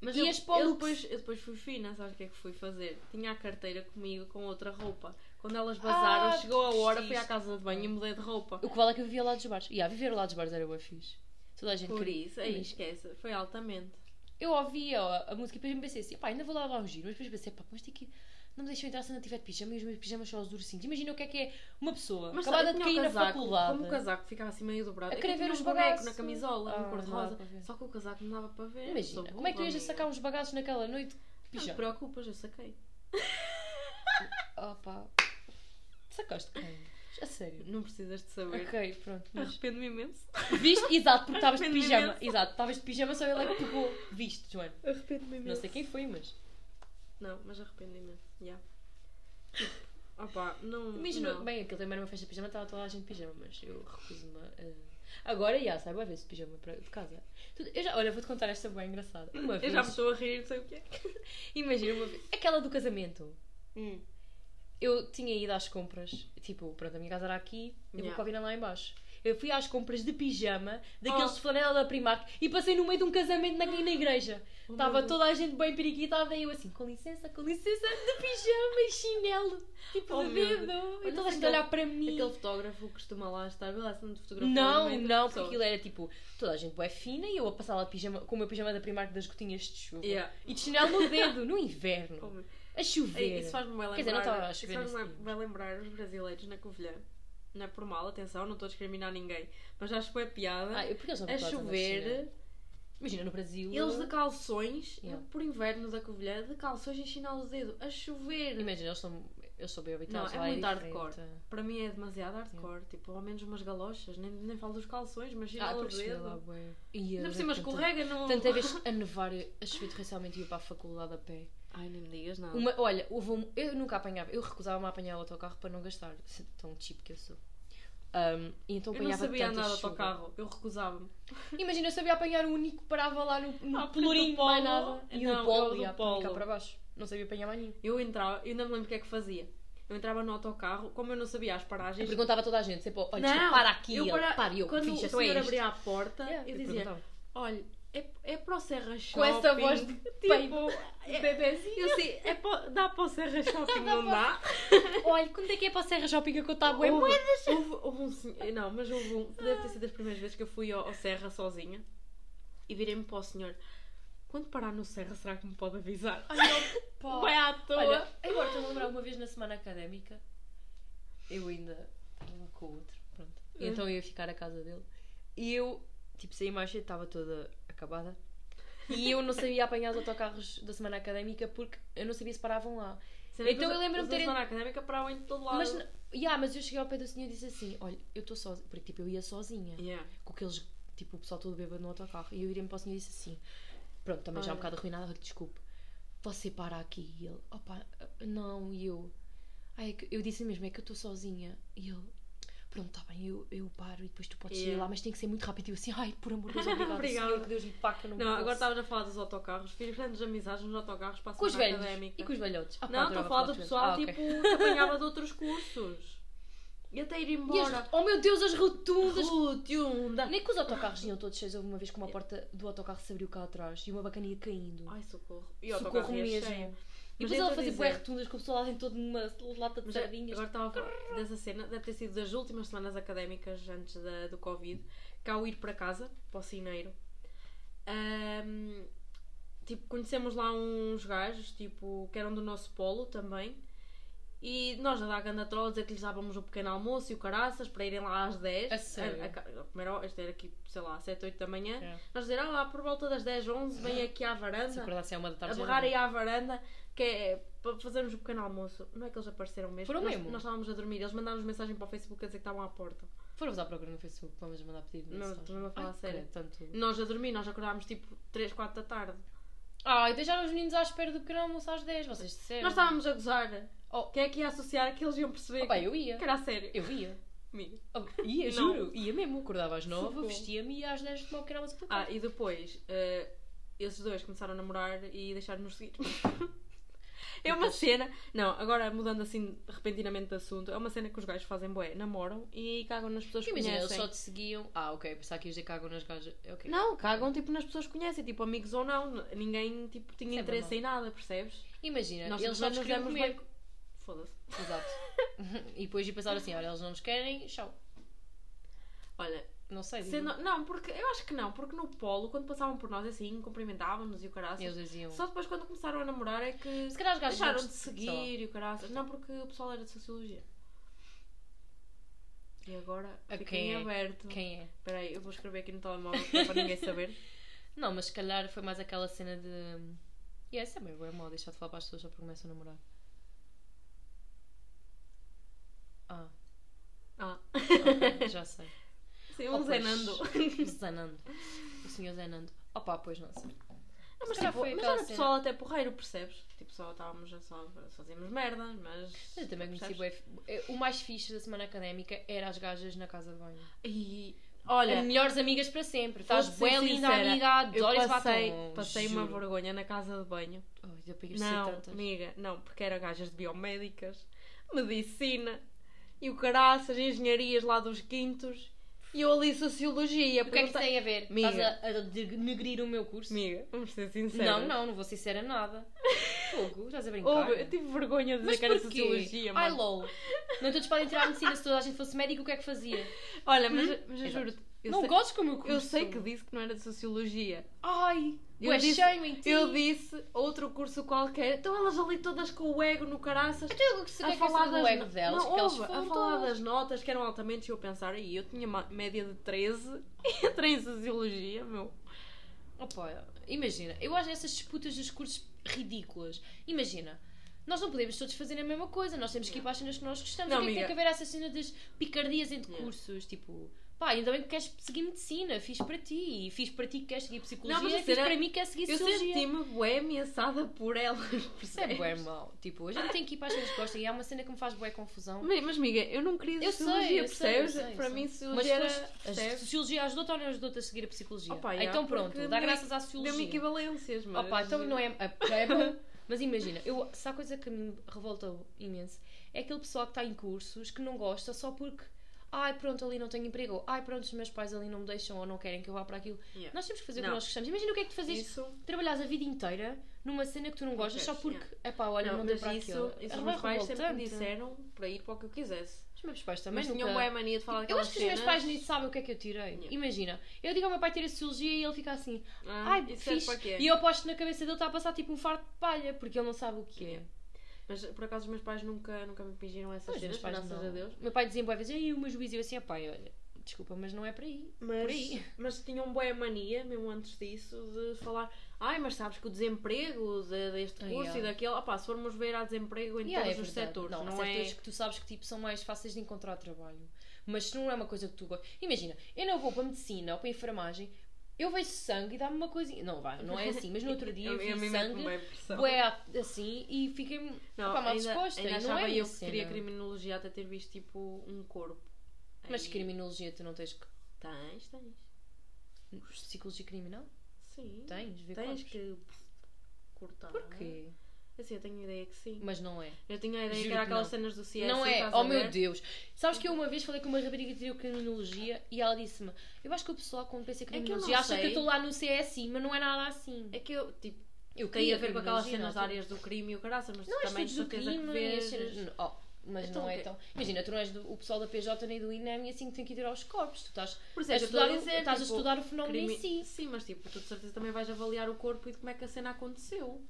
A: Mas
C: ias
A: eu,
C: para o
A: eu
C: Lux.
A: depois, eu depois fui fina, sabes o que é que fui fazer? Tinha a carteira comigo com outra roupa. Quando elas bazaram,
C: Ah,
A: chegou a hora, fui à
C: persiste.
A: casa de banho e mudei de roupa.
C: O que vale é que eu vivia lá dos bares. E yeah, viver lá dos bares era boa fixe. Toda a gente
A: Por
C: queria.
A: isso, aí
C: Mas
A: esquece, foi altamente.
C: Eu ouvia a a música e depois me pensei assim, pá, ainda vou lá dar um giro. Mas depois pensei, pá, mas tem que. Não me deixam entrar se eu não tiver de pijama e os meus pijamas são os dos ursinhos. Imagina o que é que é uma pessoa
A: Mas
C: acabada
A: sabe,
C: de
A: eu tinha
C: cair
A: o
C: na
A: casaco,
C: faculdade.
A: Como o casaco ficava assim meio dobrado.
C: A
A: Eu
C: querer
A: tinha
C: ver
A: uns
C: os
A: bonecos
C: bagaços.
A: na camisola,
C: Ah,
A: um cor-de-rosa.
C: não dá para ver.
A: Só que o casaco não dava para ver.
C: Imagina, como é que tu ias a sacar uns bagaços naquela noite? de
A: Não te
C: Pijama.
A: preocupas, eu saquei.
C: Opa. Sacaste quem? A sério.
A: Não precisas de saber.
C: Ok, pronto.
A: [LAUGHS]
C: [LAUGHS] Mas...
A: Arrependo-me imenso.
C: Viste? Exato, porque estavas de
A: Arrependo-me
C: pijama.
A: é imenso.
C: Exato, estavas de pijama, só ele é que pegou. Viste, Joana?
A: Arrependo-me
C: Não sei quem foi, mas.
A: Não, mas arrependo-me imenso. Já. Opa, não.
C: Imagina,
A: não.
C: bem, aquilo também era uma festa de pijama, estava toda a gente de pijama, mas eu recuso-me a. eh, Agora, já, sai boa vez de pijama para, de casa. Tu- Eu já, olha, vou-te contar esta
A: [CLEARS THROAT]
C: bem engraçada. Uma
A: Eu
C: vez.
A: já me estou a rir, não sei o que [LAUGHS] é.
C: Imagina uma vez. Aquela do casamento.
A: Hum.
C: Eu tinha ido às compras, tipo, pronto, a minha casa era aqui e
A: Yeah.
C: o Covid lá em baixo. Eu fui às compras de pijama, daqueles
A: Oh.
C: de flanela da Primark, e passei no meio de um casamento na, na igreja.
A: Oh,
C: Estava
A: meu Deus.
C: toda a gente bem periquitada e eu assim, com licença, com licença, de pijama e chinelo, tipo,
A: Oh,
C: de
A: meu
C: dedo. E
A: Olha-se
C: toda a gente
A: aquele-
C: a olhar para mim.
A: Aquele fotógrafo que costuma lá estar, vê lá se não te fotografou. no
C: Não,
A: meio das
C: não, porque
A: pessoas.
C: aquilo era tipo, toda a gente bué fina e eu a passar lá de pijama, com o meu pijama da Primark das gotinhas de chuva.
A: Yeah.
C: E de chinelo no dedo, no
A: Oh,
C: inverno,
A: meu-
C: a chover.
A: Ei, Isso faz-me bem lembrar.
C: é Quer dizer, não estava a chover
A: isso
C: nesse
A: faz-me
C: dia.
A: bem lembrar os brasileiros na Covilhã. Não é por mal, atenção, não estou a discriminar ninguém. Mas acho que foi a piada.
C: Ah, eu- porque eles não
A: né? a
C: gostam de chinelo?
A: chover,
C: Imagina, no Brasil.
A: eles de calções,
C: é. Yeah.
A: por inverno da Covilhã, de calções e sinal de dedo, a chover.
C: Imagina, eles são. Eu sou bem
A: Não,
C: habitados
A: é
C: lá
A: muito
C: diferente.
A: hardcore. Para mim é demasiado hardcore. Tipo, ao menos umas galochas. Nem, nem falo dos calções, mas
C: Ah,
A: sinal
C: porque
A: de
C: cheguei lá,
A: dedo.
C: bué.
A: Ainda por cima escorrega, não.
C: Tanta vez a nevar, a chover torrencialmente e eu para a faculdade a pé.
A: Ai, nem me digas nada.
C: Uma, olha, houve um- eu nunca apanhava, eu recusava-me a apanhar o autocarro para não gastar, se- tão cheap que eu sou. Ahm, e então
A: Eu não
C: apanhava
A: sabia
C: tanta
A: andar de
C: chuva.
A: autocarro, eu recusava-me.
C: Imagina, eu sabia apanhar o único que parava lá no, no
A: Ah, porque
C: pelourinho,
A: do polo-
C: mais nada. E
A: Não,
C: o
A: eu
C: polo,
A: do
C: e a polo. cá
A: polo.
C: para baixo. Não sabia apanhar mais nenhum.
A: Eu entrava, eu não me lembro o que é que fazia. Eu entrava no autocarro, como eu não sabia as
C: Eu
A: paragens.
C: perguntava a toda a gente, sempre, É olha, desculpa, para aqui,
A: eu
C: ele,
A: para-
C: para, e eu,
A: quando
C: ficha,
A: o
C: tu
A: senhor
C: és.
A: abria a
C: [LAUGHS]
A: porta,
C: Yeah,
A: eu
C: eu
A: dizia,
C: é perguntava.
A: olha, é, é para o Serra Shopping.
C: Com essa voz de
A: tipo,
C: é,
A: é, eu sei, é para, dá para o
C: [LAUGHS]
A: Serra Shopping, não dá?
C: Olha, quando é que é para a Serra Shopping que eu contava?
A: Houve- Houve, houve um senhor. Não, mas houve um. Deve ter sido as primeiras vezes que eu fui ao, ao Serra sozinha e virei-me para o senhor. Quando parar no Serra, será que me pode avisar? Vai à toa!
C: Olha, agora estou a lembrar uma vez na semana académica, eu ainda estava com o outro, pronto. E então eu ia ficar à casa dele. E eu, tipo, saí mais cedo, estava toda acabada. E eu não sabia apanhar os autocarros da semana académica porque eu não sabia se paravam lá.
A: Sempre
C: Então
A: que os-
C: eu lembro-me
A: os
C: de terem-
A: da zona académica paravam em todo lado.
C: Mas, n- yeah, mas eu cheguei ao pé do senhor e disse assim: Olha, eu estou sozinha. Porque tipo, eu ia sozinha.
A: Yeah.
C: Com aqueles, tipo, o pessoal todo bêbado no autocarro. E eu irei-me para o senhor e disse assim: Pronto, também já um
A: Olha.
C: bocado arruinada, olha, desculpe. Você para aqui. E ele: Opa, não, e eu. Ai, é que- eu disse mesmo: É que eu estou sozinha. E ele: Pronto, está bem, eu, eu paro e depois tu podes ir
A: Yeah.
C: lá, mas tem que ser muito rápido. E eu assim: Ai, por amor de Deus, obrigada,
A: [LAUGHS] Obrigada.
C: senhor, que Deus me pague, que eu não
A: Não, agora
C: posso."
A: estavas a falar dos autocarros. Fiz grandes amizades nos autocarros para a
C: Com os
A: semana
C: velhos.
A: académica.
C: E com os velhotes. Ah, pá,
A: Não,
C: adorava
A: estou a falar do
C: dos
A: pessoal
C: velhotes. [LAUGHS] Ah, ok.
A: tipo que apanhava de outros cursos. E até ir
C: E as-
A: embora.
C: oh meu Deus, as rotundas!
A: Rutiunda.
C: Nem que os autocarros iam todos cheios. Houve uma vez que uma porta do autocarro se abriu cá atrás e uma bacania caindo.
A: Ai, socorro. E o
C: Socorro
A: autocarro ia
C: mesmo.
A: cheio.
C: E
A: Mas é então eu
C: depois ela
A: estou a
C: fazia
A: dizer-
C: bué rotundas com o pessoal lá dentro todo numa lata de
A: Mas já-
C: sardinhas.
A: agora estava a falar dessa cena, deve ter sido das últimas semanas académicas antes da, do Covid, que ao ir para casa, para o Cineiro, ahm, tipo, conhecemos lá uns gajos, tipo, que eram do nosso polo também, e nós a dar ganda troll, a dizer que lhes dávamos o pequeno almoço e o caraças para irem lá às 10.
C: A sério?
A: A, a, a primeira hora, isto era aqui, sei lá, 7, 8 da manhã.
C: É.
A: Nós dizer, ah lá, por volta das 10, 11,
C: Ah,
A: vem aqui assim, à varanda
C: Se acordasse à uma da tarde.
A: a
C: já
A: borrar
C: era
A: aí à varanda que é para fazermos um pequeno almoço. Não é que eles apareceram mesmo?
C: Foram
A: nós,
C: mesmo?
A: Nós estávamos a dormir, eles mandaram-nos mensagem para o Facebook a dizer que estavam à porta.
C: bom. Foram-vos à procura no Facebook, vamos mandar pedido de
A: Não,
C: mensagem.
A: estou-me a falar
C: Ai,
A: sério.
C: credo, Tanto...
A: Nós a dormir, nós acordámos tipo 3, 4 da tarde.
C: Ah, e deixaram os meninos à espera do pequeno almoço às 10, vocês disseram.
A: Nós estávamos a gozar.
C: Oh.
A: Quem é que ia associar que eles iam perceber
C: Opa,
A: que
C: eu ia.
A: que era a sério?
C: Eu ia.
A: Amiga.
C: Oh, ia,
A: Não.
C: juro. Ia mesmo. Acordava às 9,
A: Socorro.
C: vestia-me e ia às 10 tomar o pequeno almoço pela
A: Ah,
C: tarde.
A: e depois eh, esses dois começaram a namorar e deixaram-nos seguir. [LAUGHS] É uma cena, não, agora mudando assim repentinamente de assunto, é uma cena que os gajos fazem bué, namoram e cagam nas pessoas que
C: Imagina, eles
A: conhecem.
C: só te seguiam. Ah, ok, pensar que ias dizer cagam nas gajas. Ok.
A: Não, cagam tipo nas pessoas que conhecem, tipo amigos ou não. N- Ninguém tipo, tinha
C: Isso é
A: interesse
C: normal.
A: em nada, percebes?
C: Imagina,
A: Nós
C: eles
A: só
C: não nos
A: nos
C: queriam
A: damos
C: comer.
A: bem Foda-se.
C: Exato. [LAUGHS] e depois de pensar assim, olha, eles não nos querem, tchau.
A: Olha,
C: Não sei. digo.
A: sendo... não, porque eu acho que não, porque no polo, quando passavam por nós assim, cumprimentavam-nos e o caraças.
C: Eles diziam.
A: Só depois quando começaram a namorar é que
C: Se calhar os gajos
A: deixaram
C: não-
A: de
C: sei
A: seguir e o caraças. Não, porque o pessoal era de sociologia. E agora
C: A
A: fica
C: quem
A: em
C: é?
A: aberto.
C: Quem é?
A: Espera aí, eu vou escrever aqui no telemóvel que é para ninguém
C: [LAUGHS]
A: saber.
C: Não, mas se calhar foi mais aquela cena de. E yeah, isso é meio bem mal deixar de falar para as pessoas só porque começam a namorar. Ah.
A: [LAUGHS]
C: Ok, já sei.
A: Sim,
C: Oh,
A: um Zé
C: pois.
A: Nando.
C: [LAUGHS] Zé Nando. O senhor Zé Nando. Opa, pois não sei.
A: Não, mas
C: Se calhar
A: tipo,
C: foi
A: mas
C: aquela
A: era
C: cena.
A: pessoal até porreiro, percebes? Tipo, só estávamos a só fazíamos merda, mas. tipo,
C: Eu também conheci
A: percebes?
C: bué- eh, O mais fixe da semana académica era as gajas na casa de banho.
A: E olha,
C: Melhores amigas para sempre. Estás
A: vou-te ser
C: bué linda
A: sincera,
C: amiga, adoro
A: eu
C: esse
A: passei,
C: batom.
A: passei uma
C: juro.
A: vergonha na casa de banho.
C: Ai, deu para ir
A: não,
C: um ser tantas.
A: amiga, não, porque eram gajas de biomédicas, medicina e o caraças, engenharias lá dos quintos e eu ali sociologia.
C: O que é que isso
A: perguntei-
C: tem a ver?
A: Amiga.
C: Estás a, a denegrir o meu curso?
A: Amiga, vamos ser sinceros.
C: Não, não, não vou ser
A: [LAUGHS]
C: sincera nada. Fogo, estás a brincar?
A: Houve- eu tive vergonha de dizer
C: Mas
A: que era
C: porquê?
A: sociologia,
C: Ai,
A: mano.
C: lol. Não todos podem tirar a medicina se toda a gente fosse médico, o que é que fazia?
A: Olha, mas, mas eu
C: Hum? Exato.
A: juro-te, [LAUGHS] eu,
C: não
A: sei-
C: gostes com o meu curso.
A: eu sei que disse que não era de sociologia.
C: Ai,
A: Eu
C: ué,
A: disse-
C: cheio em ti.
A: Eu disse outro curso qualquer. Então elas ali todas com o ego no caraças.
C: Então, eu sei que é que eu sou do ego delas,
A: não,
C: porque elas
A: ouve,
C: foram
A: a falar
C: todas.
A: das notas que eram altamente e eu pensar, e eu tinha ma- média de [LAUGHS] 13 e entrei em sociologia, meu.
C: Opa, imagina, eu acho essas disputas dos cursos ridículas. Imagina, nós não podemos todos fazer a mesma coisa, nós temos que ir para as cenas que nós gostamos.
A: Não,
C: o que é que tem
A: amiga.
C: que haver essa cena das picardias entre
A: Yeah.
C: cursos? Tipo, pá, ainda bem que queres seguir medicina, fiz para ti, e fiz para ti que queres seguir psicologia,
A: Não, mas a
C: fiz
A: cena-
C: para mim que queres seguir
A: Eu
C: sociologia.
A: senti-me bué ameaçada por elas, [LAUGHS]
C: Isso é
A: percebes?
C: bué mau. Tipo, hoje eu tenho que ir para as cenas que gosto e há uma cena que me faz bué confusão.
A: Mas, mas, amiga, eu não queria
C: Eu sei,
A: sociologia,
C: eu sei, eu
A: percebes?
C: sei, eu
A: Para
C: sei.
A: mim,
C: Mas
A: sociologia era.
C: foste- a
A: percebes?
C: sociologia ajudou-te ou não ajudou-te a seguir a psicologia?
A: Opa, já,
C: então pronto,
A: porque
C: dá
A: deu-
C: graças à
A: Deu-me
C: sociologia.
A: equivalências, mas.
C: Opa, então não é, é
A: [LAUGHS]
C: bom. Mas imagina, eu, se há coisa que me revolta imenso é aquele pessoal que está em cursos que não gosta só porque ai pronto, ali não tenho emprego, ou, ai pronto, os meus pais ali não me deixam ou não querem que eu vá para aquilo.
A: Yeah.
C: Nós temos que fazer o que
A: Não.
C: nós gostamos. Imagina o que é que tu fazes,
A: Isso.
C: trabalhares a vida inteira numa cena que tu não gostas só
A: queres,
C: porque, epá, olha, não,
A: Não,
C: deu
A: mas
C: para
A: isso,
C: aquilo.
A: isso
C: É
A: os meus pais sempre me
C: revoltante.
A: disseram para ir para o que eu quisesse.
C: Os meus pais também
A: Mas
C: nunca...
A: tinham bué mania de falar
C: Eu
A: daquelas
C: acho que os meus
A: cenas.
C: pais nem sabem o que é que eu tirei.
A: Yeah.
C: Imagina, eu digo ao meu pai ter a sociologia e ele fica assim,
A: Ah,
C: ai,
A: isso
C: fixe.
A: serve para quê?
C: E eu aposto que na cabeça dele está a passar tipo um fardo de palha, porque ele não sabe o que é.
A: Yeah. Mas por acaso os meus pais nunca, nunca me impingiram essas
C: Mas os meus
A: cenas,
C: pais
A: graças
C: não.
A: a Deus.
C: Meu pai dizia boas vezes, ai, o meu juiz, e eu assim, "Ah, pai, olha, desculpa, mas não é para aí.
A: Mas,
C: Por aí.
A: mas tinham boa mania, mesmo antes disso, de falar: ai, mas sabes que o desemprego de- deste
C: Ah,
A: curso
C: yeah.
A: e daquele. Opá, se formos ver, há desemprego em
C: Yeah, é
A: todos os
C: verdade.
A: setores.
C: Não,
A: Não,
C: há
A: é.
C: setores que tu sabes que tipo, são mais fáceis de encontrar trabalho. Mas se não é uma coisa que tu gostas. Imagina, eu não vou para a medicina ou para a enfermagem, eu vejo sangue e dá-me uma coisinha. Não, vai, não é assim, mas
A: [LAUGHS]
C: no outro dia eu, vi
A: me meto
C: sangue.
A: bué pressão.
C: Bué, assim, e fiquei
A: Não,
C: opá, mal
A: ainda,
C: disposta.
A: ainda
C: e não
A: achava
C: é
A: eu
C: isso,
A: que queria
C: não.
A: criminologia até ter visto tipo um corpo.
C: Mas
A: Aí-
C: criminologia tu não tens que-
A: Tens, tens.
C: psicologia criminal?
A: Sim.
C: Tens, vê
A: Tens
C: corpos.
A: que cortar. é?
C: Porquê?
A: Assim, eu tenho a ideia que sim.
C: Mas não é.
A: Eu tinha a ideia
C: Juro
A: que era
C: que
A: aquelas
C: não.
A: cenas do CS.
C: não é,
A: assim, estás a
C: oh meu
A: ver?
C: Deus. Sabes que eu uma vez falei com uma rapariga que tirou criminologia e ela disse-me: Eu acho que o pessoal, quando pensa em
A: É que eu não
C: criminologia, acha que
A: sei.
C: eu estou lá no CSI, mas não é nada assim.
A: É que eu, tipo,
C: Eu
A: tem
C: queria
A: a ver com aquelas
C: criminologia,
A: cenas de
C: não, tipo,
A: áreas do crime e o caraças, mas
C: Não
A: tu
C: és
A: também de
C: todos do
A: certeza que
C: crime e as
A: vês.
C: cenas. Oh, mas
A: Então
C: não
A: o
C: é
A: quê?
C: tão. Imagina, tu não és do, o pessoal da PJ nem do INEM e assim que tem que tirar os corpos. Tu estás
A: Por
C: a
A: exemplo, eu estou
C: estudar,
A: a
C: o-
A: dizer,
C: estás a
A: tipo,
C: estudar um o fenómeno
A: crime-
C: em si.
A: Sim, mas tipo, tu de certeza também vais avaliar o corpo e de como é que a cena aconteceu.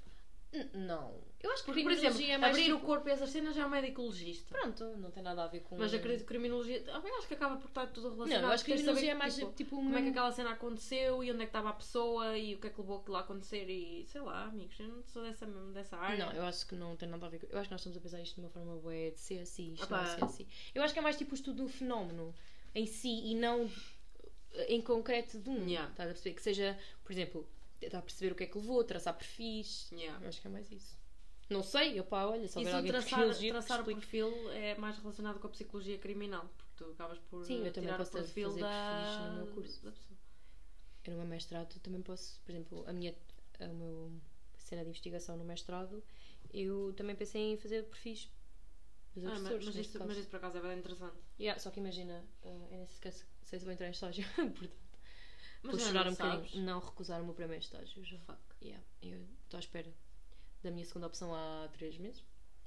C: N- Não. Eu acho que
A: Porque, por
C: criminologia
A: exemplo,
C: é mais
A: abrir
C: tipo-
A: o corpo e essas cenas já é um medicologista.
C: Pronto, não tem nada a ver com.
A: Mas a cri- criminologia. Ah, bem, acho que acaba por estar tudo
C: Não,
A: relacionado.
C: eu acho que
A: queres saber,
C: criminologia é mais tipo,
A: tipo, como é que
C: um-
A: aquela cena aconteceu e onde é que estava a pessoa e o que é que levou aquilo a acontecer e sei lá, amigos, eu não sou dessa, dessa área.
C: Não, eu acho que não tem nada a ver com. Eu acho que nós estamos a pensar isto de uma forma boa de ser assim, isto
A: Opa.
C: não é ser assim. Eu acho que é mais tipo o estudo do fenómeno em si e não em concreto de um.
A: Yeah.
C: Estás a perceber? Que seja, por exemplo, tentar perceber o que é que levou, traçar perfis.
A: Yeah.
C: Eu acho que é mais isso. Não sei, opá, olha, se
A: E
C: houver
A: se o
C: alguém
A: traçar,
C: traçar, que
A: traçar o
C: explique.
A: perfil é mais relacionado com a psicologia criminal, porque tu acabas por
C: Sim, eu
A: eh,
C: também
A: tirar
C: posso
A: o perfil
C: fazer perfis
A: da...
C: no meu curso.
A: da pessoa.
C: Eu no meu mestrado também posso, por exemplo, a minha a meu cena de investigação no mestrado, eu também pensei em fazer perfis dos
A: Ah, mas-
C: professores. né,
A: mas,
C: neste
A: isso,
C: caso.
A: mas isso por acaso é bem interessante.
C: Yeah, só que imagina, eh, eu nem sei se sei se vou entrar em estágio, [LAUGHS] portanto,
A: Mas
C: vou
A: já
C: chorar
A: não
C: um
A: sabes. Ah,
C: bocadinho. Não recusar o meu primeiro estágio. Já. Yeah, eu estou à espera da minha segunda opção há três meses.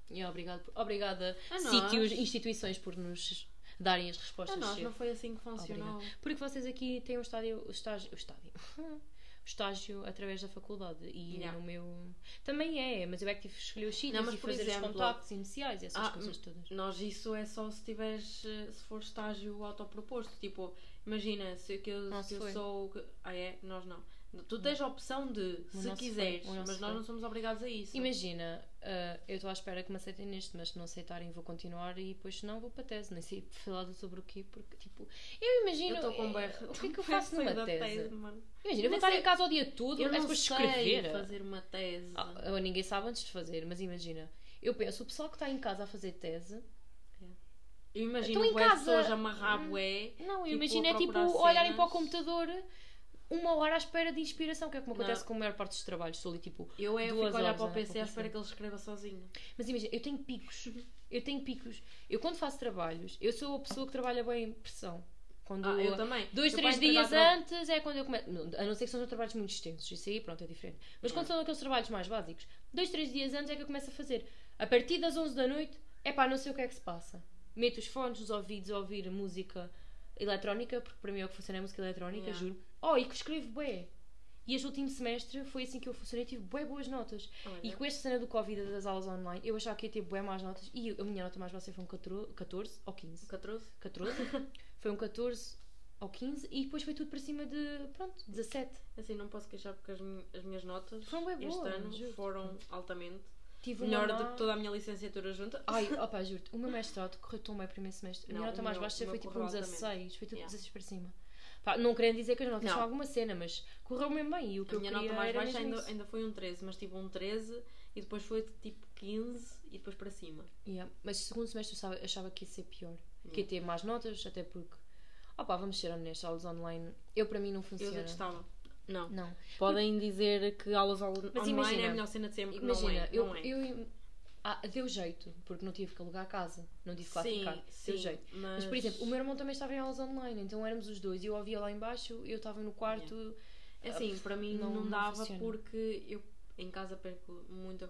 C: E é obrigado por- obrigada,
A: A nós.
C: sítios, instituições, por nos darem as
A: Ah,
C: respostas.
A: nós,
C: cedo.
A: não foi assim que funcionou.
C: Obrigada. Porque vocês aqui têm um estádio, o estágio, o estádio. [LAUGHS] O estágio através da faculdade e
A: Yeah.
C: no meu. Também é, mas eu é que tive que escolher os sítios
A: mas
C: e
A: por
C: fazer
A: exemplo-
C: os contactos iniciais, essas
A: Ah,
C: coisas todas.
A: Nós isso é só se tiveres, eh, se for estágio autoproposto. Tipo, imagina, se que eu,
C: Nosso
A: se eu
C: foi.
A: sou. o que- Ah, é? Nós não. Tu tens a opção de,
C: O
A: se
C: nosso
A: quiseres,
C: foi, o nosso
A: mas nós
C: foi.
A: não somos obrigados a isso.
C: Imagina, ah, eu estou à espera que me aceitem neste, mas se não aceitarem vou continuar e depois se não vou para tese. Nem sei falar sobre o quê, porque tipo, eu imagino.
A: Eu estou com
C: eh,
A: berro.
C: O que é que eu faço numa tese?
A: mano.
C: Imagina, eu vou
A: Nem
C: estar
A: sei-
C: em casa o dia todo,
A: Eu
C: é
A: não
C: depois de
A: sei
C: escrever.
A: fazer uma tese.
C: Ah, eu- ninguém sabe antes de fazer, mas imagina. Eu penso, o pessoal que está em casa a fazer tese.
A: eu imagino
C: Estou Então em
A: bué de
C: casa. Hum.
A: pessoas a amarrar bué.
C: Não, eu
A: Tipo,
C: imagino
A: a
C: é tipo
A: procurar
C: olharem para o
A: cenas.
C: computador uma hora à espera de inspiração, que é como
A: Não.
C: acontece com a maior parte dos trabalhos. Estou ali tipo.
A: Eu é, eu
C: Duas
A: fico a olhar
C: horas
A: para
C: a
A: o PC à
C: pouco
A: espera
C: assim.
A: que ele escreva sozinho.
C: Mas imagina, eu tenho picos. Eu tenho picos. Eu quando faço trabalhos, eu sou a pessoa que trabalha bem em pressão. Quando
A: Ah, eu também.
C: Dois,
A: Eu
C: três
A: para entregar
C: dias
A: tra-
C: antes é quando eu começo. não, A não ser que sejam trabalhos muito extensos, isso aí pronto, é diferente. Mas
A: Ah.
C: quando são aqueles trabalhos mais básicos, dois, três dias antes é que eu começo a fazer. A partir das 11 da noite, é pá, não sei o que é que se passa. Meto os fones nos ouvidos a ouvir música eletrónica, porque para mim é o que funciona é música eletrónica,
A: Yeah.
C: juro. Oh, e que escrevo bué. E este último semestre foi assim que eu funcionei, tive bué boas notas.
A: Olha.
C: E com esta cena do Covid e das aulas online, eu achava que ia ter bué más notas e a minha nota mais baixa foi um 14, 14 ou 15.
A: Nunca trouxe?
C: 14.
A: [LAUGHS]
C: foi um 14 ou 15 e depois foi tudo para cima de, pronto, 17.
A: Assim, não posso queixar porque as, min- as minhas notas
C: Foram bué
A: este
C: boas,
A: ano
C: juro.
A: foram altamente.
C: Tive uma
A: Melhor
C: má-
A: do que toda a minha licenciatura junta.
C: Ai, opa, juro-te, o meu mestrado correu tão bem o primeiro semestre. A minha
A: Não,
C: nota
A: o
C: mais
A: meu-
C: baixa
A: o meu
C: foi tipo um
A: correu altamente.
C: 16, foi tipo
A: Yeah.
C: 16 para cima. Pá, não querendo dizer que as notas
A: Não.
C: são alguma cena, mas correu mesmo bem e o que
A: a minha
C: eu queria
A: nota mais
C: era
A: baixa
C: mesmo
A: ainda,
C: isso.
A: ainda foi um 13, mas tipo um 13 e depois foi tipo 15 e depois para cima.
C: Yeah, Mas o segundo semestre eu achava, achava que ia ser pior. Que tipo ia
A: Yeah.
C: ter mais notas, até porque. Opa, vamos ser honestos, aulas online, eu para mim não
A: Eu
C: funciona.
A: detestava. Não.
C: Não.
A: Podem dizer que aulas on- online
C: imagina-
A: é a melhor cena de sempre.
C: Imagina,
A: não é,
C: eu,
A: não é.
C: eu- ah, deu jeito, porque não tive que alugar a casa, não tive que lá ficar. Deu jeito. Mas, por exemplo, o meu irmão também estava em aulas online, então éramos os dois. Eu ouvia lá embaixo, eu estava no quarto.
A: É Assim, para mim
C: não-
A: não,
C: não
A: dava
C: funciona.
A: porque eu em casa perco muita
C: Eu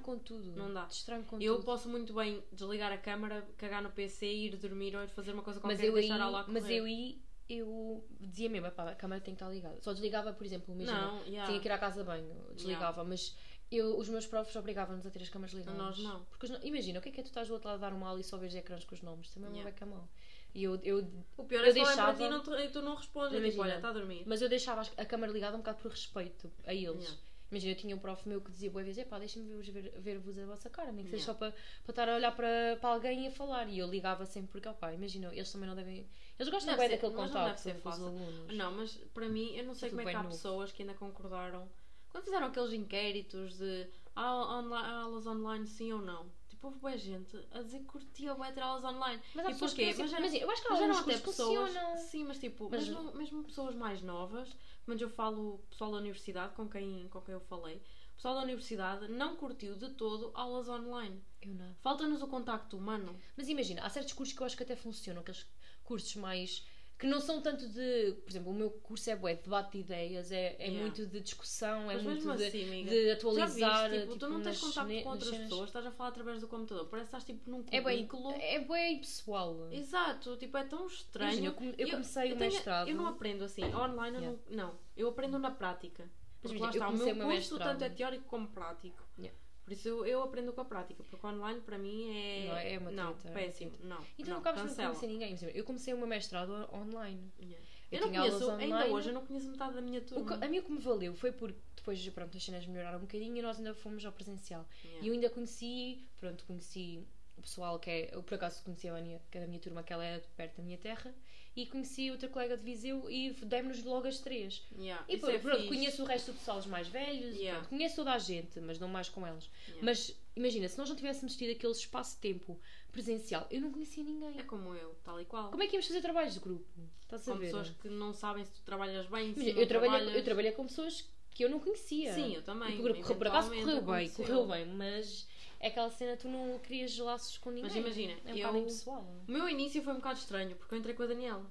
A: concentração.
C: com tudo.
A: Não dá.
C: Distraio-me com
A: Eu
C: tudo.
A: posso muito bem desligar a câmara, cagar no PC, ir dormir ou ir fazer uma coisa qualquer
C: mas eu
A: e
C: aí,
A: deixar a aula a
C: mas
A: correr.
C: eu aí, eu dizia mesmo, "Epá, a câmara tem que estar ligada. Só desligava, por exemplo, imagina,
A: Não, yeah.
C: tinha que ir à casa de banho, desligava, mas eu, os meus profs obrigavam-nos a ter as câmaras ligadas.
A: Nós não.
C: Porque os no- imagina, o que é que é tu estás do outro lado a dar uma aula e só vês ecrãs com os nomes? Também é
A: Yeah.
C: não vai mal. E eu, eu,
A: O pior
C: eu
A: é só é para
C: deixava-
A: ti e não te- e tu não respondes. É tipo,
C: Imagina.
A: olha, está a dormir.
C: mas eu deixava as- a câmara ligada um bocado por respeito a eles.
A: Yeah.
C: Imagina, eu tinha um prof meu que dizia boa vez, epá, deixem-me ver-vos ver, ver-vos a vossa cara, nem que seja
A: Yeah.
C: só para para estar a olhar para, para alguém e a falar. E eu ligava sempre porque, opá, imagina, eles também não devem. Eles gostam
A: Deve
C: bem
A: ser-
C: daquele
A: mas não deve
C: contato
A: ser
C: com os
A: fácil.
C: alunos.
A: [LAUGHS] Não, mas para mim, eu não sei
C: Tudo
A: como é
C: bem
A: que há
C: novo.
A: pessoas que ainda concordaram. Quando fizeram aqueles inquéritos de ah, onla- aulas online sim ou não, tipo, houve boa gente a dizer que curtia bué ter aulas online.
C: Mas há
A: e
C: pessoas que
A: porquê?
C: não
A: Mas
C: se-
A: era-
C: imagina, eu acho que há
A: Mas eram
C: alguns
A: até
C: que
A: pessoas.
C: funcionam.
A: Sim, mas tipo,
C: Mas-
A: mesmo, mesmo pessoas mais novas, mas eu falo pessoal da universidade com quem, com quem eu falei, o pessoal da universidade não curtiu de todo aulas online.
C: Eu não.
A: Falta-nos o contacto humano.
C: Mas imagina, há certos cursos que eu acho que até funcionam, aqueles cursos mais. que não são tanto de. Por exemplo, o meu curso é bué, de debate de ideias, é, é
A: Yeah.
C: muito de discussão, é
A: Mas
C: muito
A: mesmo
C: de,
A: assim, amiga,
C: de
A: Já
C: atualizar.
A: viste, tipo, tu não tens
C: nas
A: contacto
C: ne-
A: com
C: nas
A: outras
C: cenas.
A: pessoas, estás a falar através do computador, parece que estás tipo num
C: É bem,
A: cubículo.
C: é bem pessoal.
A: Exato, tipo, é tão estranho.
C: Imagina, eu come- eu comecei o
A: tenho-
C: mestrado.
A: Eu não aprendo assim, online eu não, não. Eu aprendo na prática. Porque
C: imagina,
A: lá
C: eu
A: está, o
C: comecei
A: meu
C: o meu
A: curso
C: mestrado.
A: tanto é teórico como prático.
C: Yeah.
A: Por isso eu, eu aprendo com a prática, porque online para mim é.
C: Não, é uma
A: Não,
C: treta, é uma
A: péssimo. Não.
C: Então
A: não,
C: não, acabas por não
A: cancela.
C: conhecer ninguém. Por exemplo, Eu comecei o meu mestrado on- online.
A: Yeah.
C: Eu
A: Eu, não
C: tinha aulas
A: conheço, ainda
C: online.
A: hoje, eu não conheço metade da minha
C: O que-
A: turma.
C: a mim o que me valeu foi porque depois pronto, as cenas melhoraram um bocadinho e nós ainda fomos ao presencial.
A: Yeah.
C: [LAUGHS] E eu ainda conheci, pronto, conheci o pessoal que é. Eu por acaso conheci a Vânia, que é da minha turma, que ela é de perto da minha terra, e conheci outra colega de Viseu e demos-nos logo as três.
A: Yeah,
C: E
A: isso
C: pronto,
A: é
C: pronto,
A: fixe.
C: conheço o resto do pessoal, os mais velhos,
A: Yeah.
C: pronto, conheço toda a gente, mas não mais com eles.
A: Yeah.
C: Mas imagina, se nós não tivéssemos tido aquele espaço-tempo presencial, eu não conhecia ninguém.
A: É como eu, tal e qual.
C: Como é que íamos fazer trabalhos de grupo? Estás a
A: Com
C: ver?
A: pessoas que não sabem se tu trabalhas bem, se
C: Imagina,
A: não
C: eu, trabalhei, eu
A: trabalhas.
C: trabalhei com pessoas que eu não conhecia.
A: Sim, eu também.
C: E por, por acaso correu bem,
A: eventualmente
C: correu
A: aconteceu.
C: bem, mas é aquela cena tu não crias laços com ninguém.
A: Mas imagina,
C: é um
A: eu-
C: bocado impessoal.
A: O meu início foi um bocado estranho, porque eu entrei com a Daniela.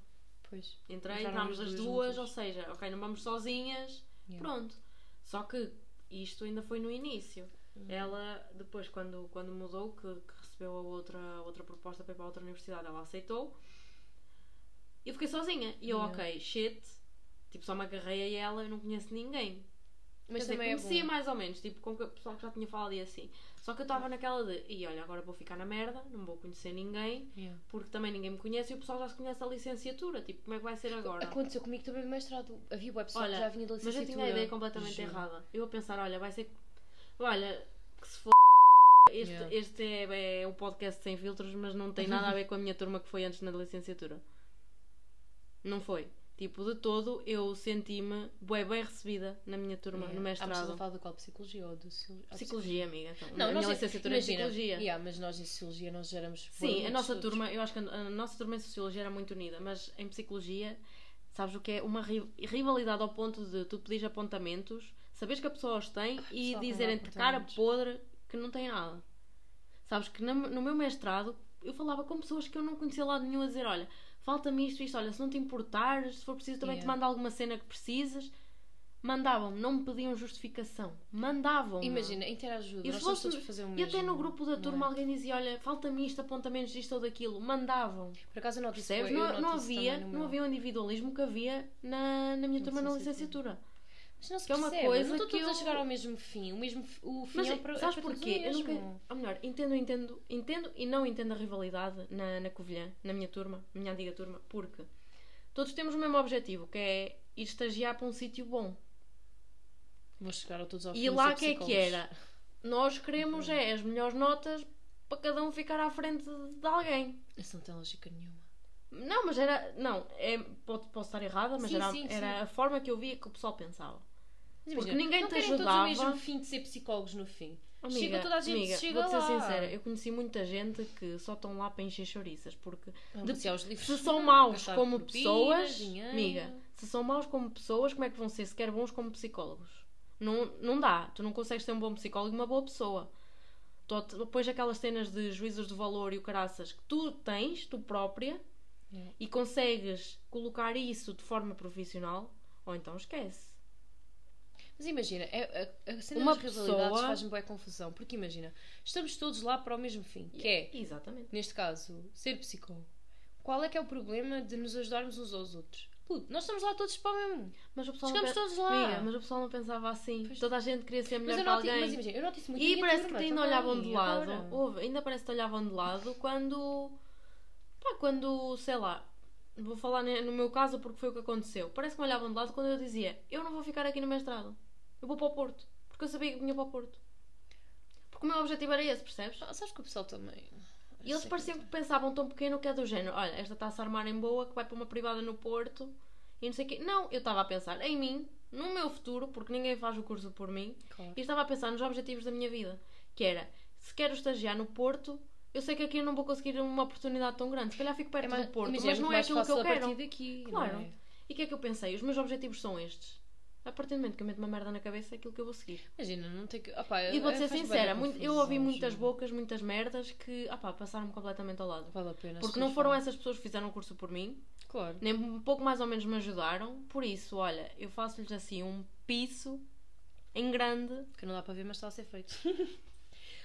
C: Pois.
A: Entrei,
C: Entraram
A: entrámos
C: as
A: as
C: duas
A: duas,
C: juntas.
A: ou seja, ok, não vamos sozinhas,
C: Yeah.
A: pronto. Só que isto ainda foi no início.
C: Hum. Uhum.
A: Ela, depois, quando, quando mudou, que, que recebeu a outra, outra proposta para ir para outra universidade, ela aceitou. Eu fiquei sozinha. E eu,
C: Yeah.
A: ok, shit. Tipo, só me agarrei a ela, eu não conheço ninguém.
C: Mas
A: Quer dizer,
C: também
A: conhecia
C: é bom.
A: mais ou menos, tipo, com o pessoal que já tinha falado e assim. Só que eu
C: Uhum.
A: estava naquela de, e olha, agora vou ficar na merda, não vou conhecer ninguém,
C: Yeah.
A: porque também ninguém me conhece e o pessoal já se conhece da licenciatura. Tipo, como é que vai ser agora?
C: Aconteceu comigo também no mestrado. Havia web pessoal
A: Olha,
C: que já vinha da
A: Mas eu
C: licenciatura.
A: tinha a ideia completamente
C: Juro.
A: errada. Eu a pensar, olha, vai ser. Olha, que se for. Este,
C: Yeah.
A: este é, é um podcast sem filtros, mas não tem nada a ver com a minha turma que foi antes na licenciatura. Não foi. Tipo, de todo, eu senti-me bué bem recebida na minha turma, no
C: Ah, mas estás a
A: mestrado.
C: falar do qual? Psicologia ou do sil- ou
A: Psicologia, amiga. Então,
C: Não,
A: a
C: nós
A: minha
C: em-
A: licenciatura
C: imagina,
A: em Psicologia.
C: yeah, mas nós em Sociologia nós éramos...
A: Sim, a
C: bonitos
A: nossa
C: todos.
A: turma, eu acho que a, a nossa turma em Sociologia era muito unida, mas em Psicologia, sabes o que é? Uma ri- rivalidade ao ponto de tu pedires apontamentos, saberes que a pessoa os tem e
C: pessoal com
A: dizerem-te de cara
C: apontamentos.
A: podre que não tem nada. Sabes que na- no meu mestrado eu falava com pessoas que eu não conhecia lá nenhum a dizer: olha, falta-me isto, isto, olha, se não te importares, se for preciso também te
C: Yeah.
A: mando alguma cena que precises. Mandavam-me, não me pediam justificação. Mandavam-me.
C: Imagina, interajuda,
A: E
C: nós
A: se
C: estamos
A: fosse-
C: todos a fazer o
A: E
C: mesmo.
A: até no grupo da
C: não é?
A: turma alguém dizia: Olha, falta-me isto, apontamentos disto ou daquilo. Mandavam.
C: Por acaso eu noto isso,
A: Percebes?
C: bué, eu
A: Não, não
C: noto isso
A: havia,
C: também no
A: não
C: meu.
A: havia o individualismo que havia na, na minha turma na licenciatura.
C: Mas não se
A: que é uma
C: percebe,
A: coisa
C: não estão
A: que
C: todos a
A: eu-
C: chegar ao mesmo fim. O, mesmo, f- o fim
A: Mas
C: é o pro- é
A: sabes
C: para todos o
A: porquê? Eu
C: mesmo.
A: nunca. Ou melhor, entendo, entendo, entendo e não entendo a rivalidade na, na Covilhã, na minha turma, na minha antiga turma, porque todos temos o mesmo objetivo, que é ir estagiar para um sítio bom.
C: Vou chegar a todos ao fim
A: E lá
C: sou
A: que é que
C: psicólogos.
A: era? Nós queremos é as melhores notas para cada um ficar à frente de- de alguém.
C: Isso não tem lógica nenhuma.
A: Não, mas era. Não, é, pode, posso estar errada, mas
C: Sim,
A: era,
C: sim,
A: era
C: sim.
A: a forma que eu via que o pessoal pensava.
C: Mas
A: Porque
C: imagina,
A: ninguém
C: não
A: te
C: querem
A: ajudava.
C: todos o mesmo fim de ser psicólogos no fim.
A: Amiga,
C: chega toda a gente,
A: amiga,
C: chega
A: vou-te
C: lá.
A: ser sincera, eu conheci muita gente que só estão lá para encher chouriças, porque
C: Não,
A: de-
C: passear os livros, [LAUGHS]
A: se são maus
C: gastar
A: como
C: propinas,
A: pessoas,
C: dinheiro.
A: amiga, se são maus como pessoas, como é que vão ser sequer bons como psicólogos? Não, não dá, tu não consegues ser um bom psicólogo e uma boa pessoa. Tu- Depois aquelas cenas de juízos de valor e o caraças que tu tens, tu própria,
C: Yeah.
A: e consegues colocar isso de forma profissional, ou então esquece.
C: Mas imagina, é, a, a cena
A: Uma
C: das rivalidades
A: pessoa-
C: faz-me boa confusão. Porque imagina, estamos todos lá para o mesmo fim, que é,
A: Exatamente.
C: neste caso, ser psicólogo. Qual é que é o problema de nos ajudarmos uns aos outros? Puto, nós estamos lá todos para o mesmo.
A: Mas o pessoal não
C: Chegamos
A: pe-
C: todos lá.
A: Amiga, mas o pessoal não pensava assim.
C: Pois.
A: Toda a gente queria ser
C: Mas
A: melhor
C: eu
A: que
C: noto,
A: alguém.
C: mas imagina, eu noto isso muito na
A: e
C: minha
A: parece
C: turma
A: que ainda
C: também,
A: olhavam de lado.
C: agora.
A: Houve, ainda parece que olhavam de lado quando. Pá, quando, sei lá. Vou falar ne- no meu caso porque foi o que aconteceu. Parece que me olhavam de lado quando eu dizia: Eu não vou ficar aqui no mestrado. Eu vou para o Porto. Porque eu sabia que vinha para o Porto. Porque o meu objetivo era esse, percebes?
C: Ah, sabes que o pessoal também.
A: E eles pareciam que pensavam tão pequeno que é do género. Olha, esta está-se a armar em boa, que vai para uma privada no Porto e não sei o quê. Não, eu estava a pensar em mim, no meu futuro, porque ninguém faz o curso por mim.
C: Claro.
A: E estava a pensar nos objetivos da minha vida. Que era, se quero estagiar no Porto, eu sei que aqui eu não vou conseguir uma oportunidade tão grande. Se calhar fico perto do Porto, mas não é aquilo que eu quero.
C: Daqui,
A: Claro.
C: não é?
A: E o que é que eu pensei? Os meus objetivos são estes. A partir do momento que eu meto uma merda na cabeça, é aquilo que eu vou seguir.
C: Imagina, não tem que. Opá,
A: E vou-te ser sincera, muito- eu ouvi muitas bocas, muitas merdas que, ah pá, passaram-me completamente ao lado.
C: Vale a pena.
A: Porque
C: se
A: não
C: for.
A: foram essas pessoas que fizeram o curso por mim,
C: Claro.
A: nem um pouco mais ou menos me ajudaram. Por isso, olha, eu faço-lhes assim um piso em grande.
C: Porque não dá para ver, mas está a ser feito. [LAUGHS]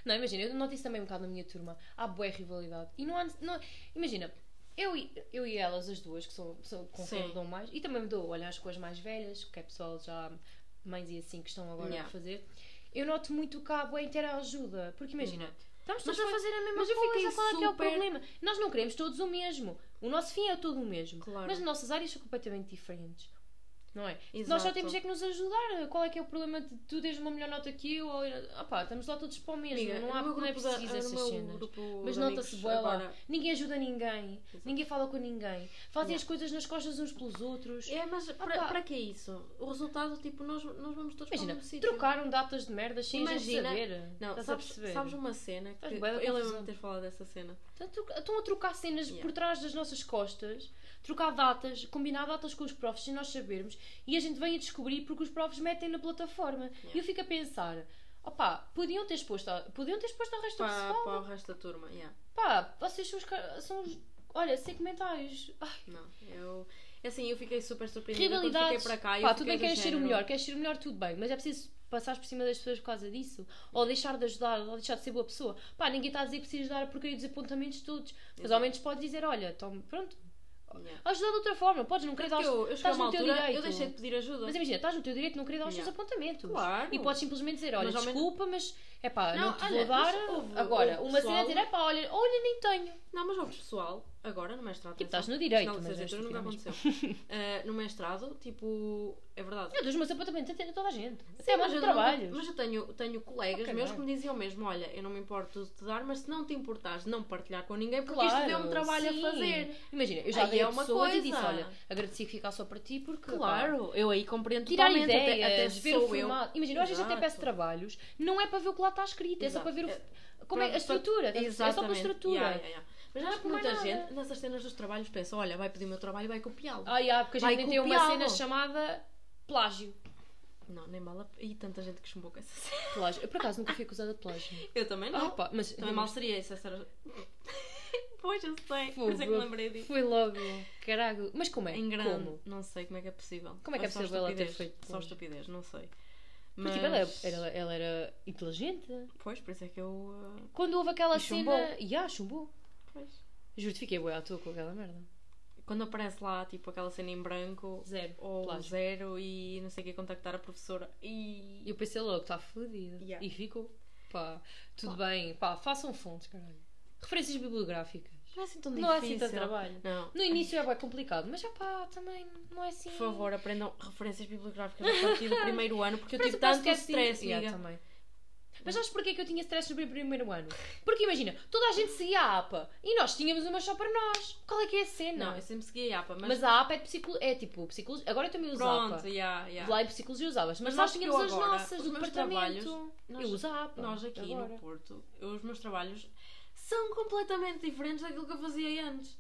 C: não, imagina, eu noto isso também um bocado na minha turma. Há boa rivalidade. E não há. Não, imagina, eu e, eu e elas, as duas, que são, são com quem
A: Sim.
C: eu dou mais, e também me dou, olha, as coisas mais velhas, que é pessoal já. mães e assim que estão agora
A: Yeah.
C: a fazer. Eu noto muito que há boa interajuda. Porque imagina. Estamos
A: Mas
C: todos a
A: foi-
C: fazer a mesma
A: mas eu
C: coisa,
A: fiquei
C: qual é que é o
A: super-
C: problema? Nós não queremos todos o mesmo. O nosso fim é todo o mesmo.
A: Claro.
C: Mas as nossas áreas são completamente diferentes. Não é? Nós só
A: Exato.
C: temos é que nos ajudar. Qual é que é o problema de tu teres uma melhor nota que eu? Ou... Ah pá, estamos lá todos para o mesmo.
A: Amiga,
C: não, há,
A: no meu
C: não é
A: grupo da-
C: preciso essas
A: no meu
C: cenas.
A: grupo
C: Mas
A: de
C: nota-se
A: amigos
C: bué lá.
A: agora-
C: Ninguém ajuda ninguém.
A: Exato.
C: Ninguém fala com ninguém. Fazem
A: Yeah.
C: as coisas nas costas uns pelos outros.
A: É, mas para,
C: pá.
A: para que é isso? O resultado, tipo, nós, nós vamos todos
C: Imagina,
A: para o mesmo sítio.
C: trocaram datas de merda sem
A: Imagina-
C: a gente saber.
A: Não,
C: Estás
A: sabes,
C: a perceber?
A: sabes uma cena que
C: Faz
A: eu
C: bué da
A: lembro-me
C: confusão.
A: de ter falado dessa cena.
C: Então, tro- Estão a trocar cenas
A: Yeah.
C: por trás das nossas costas, trocar datas, combinar datas com os profs sem nós sabermos e a gente vem a descobrir porque os profs metem na plataforma. E eu fico a pensar: opá, podiam ter exposto, a- podiam ter exposto ao resto do
A: Para,
C: pessoal.
A: para o resto da turma, yeah.
C: Pá, vocês são os. car- São os olha, Ah, sem comentários. Ai,
A: Não, eu... Assim, eu fiquei super surpreendida quando
C: rivalidades.
A: fiquei para cá. e
C: Pá,
A: Ah, eu
C: tudo
A: fiquei
C: bem,
A: do
C: queres ser o
A: género-
C: melhor, queres ser o melhor, tudo bem, mas é preciso passares por cima das pessoas por causa disso, ou deixar de ajudar, ou deixar de ser boa pessoa. Pá, ninguém está a dizer que precisas dar a porcaria dos apontamentos todos, mas ao
A: Exato.
C: menos podes dizer: olha, toma, pronto,
A: Yeah.
C: Ajudar de outra forma, podes não querer
A: Porque
C: dar
A: eu, eu cheguei a
C: um estás
A: uma
C: no teu
A: altura,
C: direito.
A: eu deixei de pedir ajuda.
C: Mas é imagina, estás no teu direito de não querer dar os
A: Yeah.
C: teus apontamentos.
A: Claro.
C: E podes simplesmente dizer, olha,
A: Mas ao menos-
C: desculpa, mas é pá, não,
A: Não,
C: te
A: olha,
C: vou dar.
A: mas houve-
C: Agora,
A: houve
C: uma cena é
A: pessoal-
C: dizer, é pá, olha, olha, nem tenho.
A: Não, mas houve pessoal Agora, no mestrado. é
C: Tipo,
A: atenção,
C: estás no direito,
A: na
C: mas
A: licenciatura
C: és tipo
A: nunca aconteceu.
C: estudante.
A: [LAUGHS] Ah, no mestrado, tipo, é verdade.
C: [LAUGHS] Eu dos meus apontamentos até toda a gente.
A: Sim,
C: até
A: mas
C: mais
A: eu
C: no
A: não-
C: é trabalho.
A: Mas eu tenho, tenho colegas
C: Ok,
A: meus
C: vai.
A: que me diziam mesmo: olha, eu não me importo de te dar, mas se não te importares de não partilhar com ninguém, porque
C: Claro,
A: isto deu-me trabalho
C: sim.
A: a fazer.
C: Imagina, eu já
A: Aí
C: dei
A: é
C: a
A: uma
C: pessoas e
A: coisa.
C: disse: olha, agradecia que ficar só para ti porque. pá,
A: Claro, eu aí compreendo
C: Tirar
A: totalmente.
C: ideias,
A: até, até
C: ver o
A: sou eu.
C: formato. Imagina, eu às vezes até
A: Exato.
C: peço trabalhos, não é para ver o que lá está escrito, é só
A: Exato.
C: para ver o-
A: É-
C: como é a
A: Pronto, para-
C: estrutura. É só pela
A: Exatamente.
C: estrutura.
A: Yeah, yeah, yeah. Mas
C: Não é
A: acho que
C: por mais
A: muita
C: nada.
A: gente, nessas cenas dos trabalhos, pensa: olha, vai pedir o meu trabalho e vai copiá-lo.
C: Ah, yeah, porque a gente
A: Vai
C: nem tem uma
A: copiá-lo.
C: cena chamada plágio.
A: Não, nem mal. a- E tanta gente que chumbou com essa [LAUGHS] cena.
C: Plágio. Eu por acaso nunca fui acusada de plágio.
A: Eu também
C: Ah,
A: [LAUGHS] não.
C: pá, mas
A: Também mal seria isso, essa era... [LAUGHS] Pois, eu sei. Por isso é que me
C: Fogo.
A: lembrei disso.
C: Foi logo. Caraca. Mas como é?
A: Em grande.
C: Como?
A: Não sei como é que é possível.
C: Como é que é
A: Ou só
C: possível ela ter
A: estupidez.
C: feito
A: Só
C: longe?
A: estupidez, não sei. Mas,
C: Mas... Tipo, ela, era, ela era inteligente.
A: Pois, por isso é que eu... ah,
C: Quando houve aquela
A: E
C: cena.
A: chumbou.
C: Ya, chumbou.
A: pois.
C: Juro, fiquei boa à toa com aquela merda.
A: Quando aparece lá, tipo, aquela cena em branco...
C: Zero.
A: Ou
C: plágio.
A: zero e não sei o que, contactar a professora. E...
C: E eu pensei logo, está fodida.
A: Yeah.
C: E ficou. Pá, tudo bem. Pá, façam fontes, caralho. Referências bibliográficas.
A: Não é assim tão
C: Não é assim
A: difícil.
C: tanto trabalho.
A: Não.
C: No início é bem complicado, mas já pá, também não é assim.
A: Por favor, aprendam referências bibliográficas a partir
C: [LAUGHS]
A: do primeiro ano, porque eu é
C: Mas
A: tive
C: o podcast
A: tanto stress,
C: assim. yeah,
A: amiga.
C: também. Mas sabes porquê que eu tinha stress no primeiro ano? Porque imagina, toda a gente seguia a APA e nós tínhamos uma só para nós. Qual é que é a cena?
A: Não, eu sempre segui a APA, mas...
C: mas... a APA é, de psicolo... é tipo psicologia. Agora eu também uso a
A: Pronto,
C: APA.
A: yeah, yeah.
C: Lá em psicologia usavas, mas,
A: Mas
C: nós
A: acho que
C: tínhamos
A: eu
C: as
A: agora,
C: nossas,
A: os
C: o
A: meus
C: departamento.
A: trabalhos, nós-
C: eu uso a APA.
A: Nós aqui
C: agora.
A: no Porto, eu- os meus trabalhos são completamente diferentes daquilo que eu fazia antes.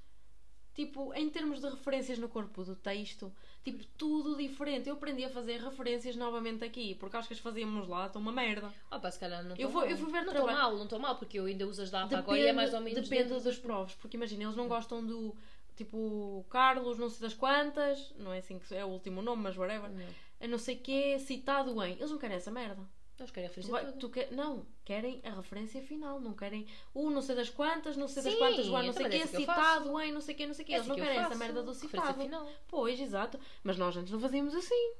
A: Tipo, em termos de referências no corpo do texto, tipo, tudo diferente. Eu aprendi a fazer referências novamente aqui, porque acho que as fazíamos lá, estão uma merda.
C: Ah pá, se calhar não
A: Eu
C: tô
A: vou-
C: mal.
A: eu fui ver
C: Não
A: no
C: estou
A: trabalho.
C: mal, não estou mal, porque eu ainda uso as da APA agora e é mais ou menos.
A: depende
C: dentro-
A: dos provos, porque imagina, eles não gostam do tipo Carlos, não sei das quantas, não é assim que é o último nome, mas whatever,
C: Não.
A: a não sei que citado em. Eles não querem essa merda.
C: Eles querem a
A: Tu
C: referência
A: vai-
C: toda.
A: tu que- não, querem a referência final, não querem o não sei das quantas, não sei das
C: Sim,
A: quantas, o ano não
C: então,
A: sei
C: mas
A: quê,
C: é assim que eu
A: citado em não sei quê, não sei quê.
C: É
A: Eles
C: assim
A: não
C: que eu
A: querem essa
C: faço,
A: merda do
C: referência
A: citado.
C: final.
A: Pois, exato. Mas nós antes não fazíamos assim.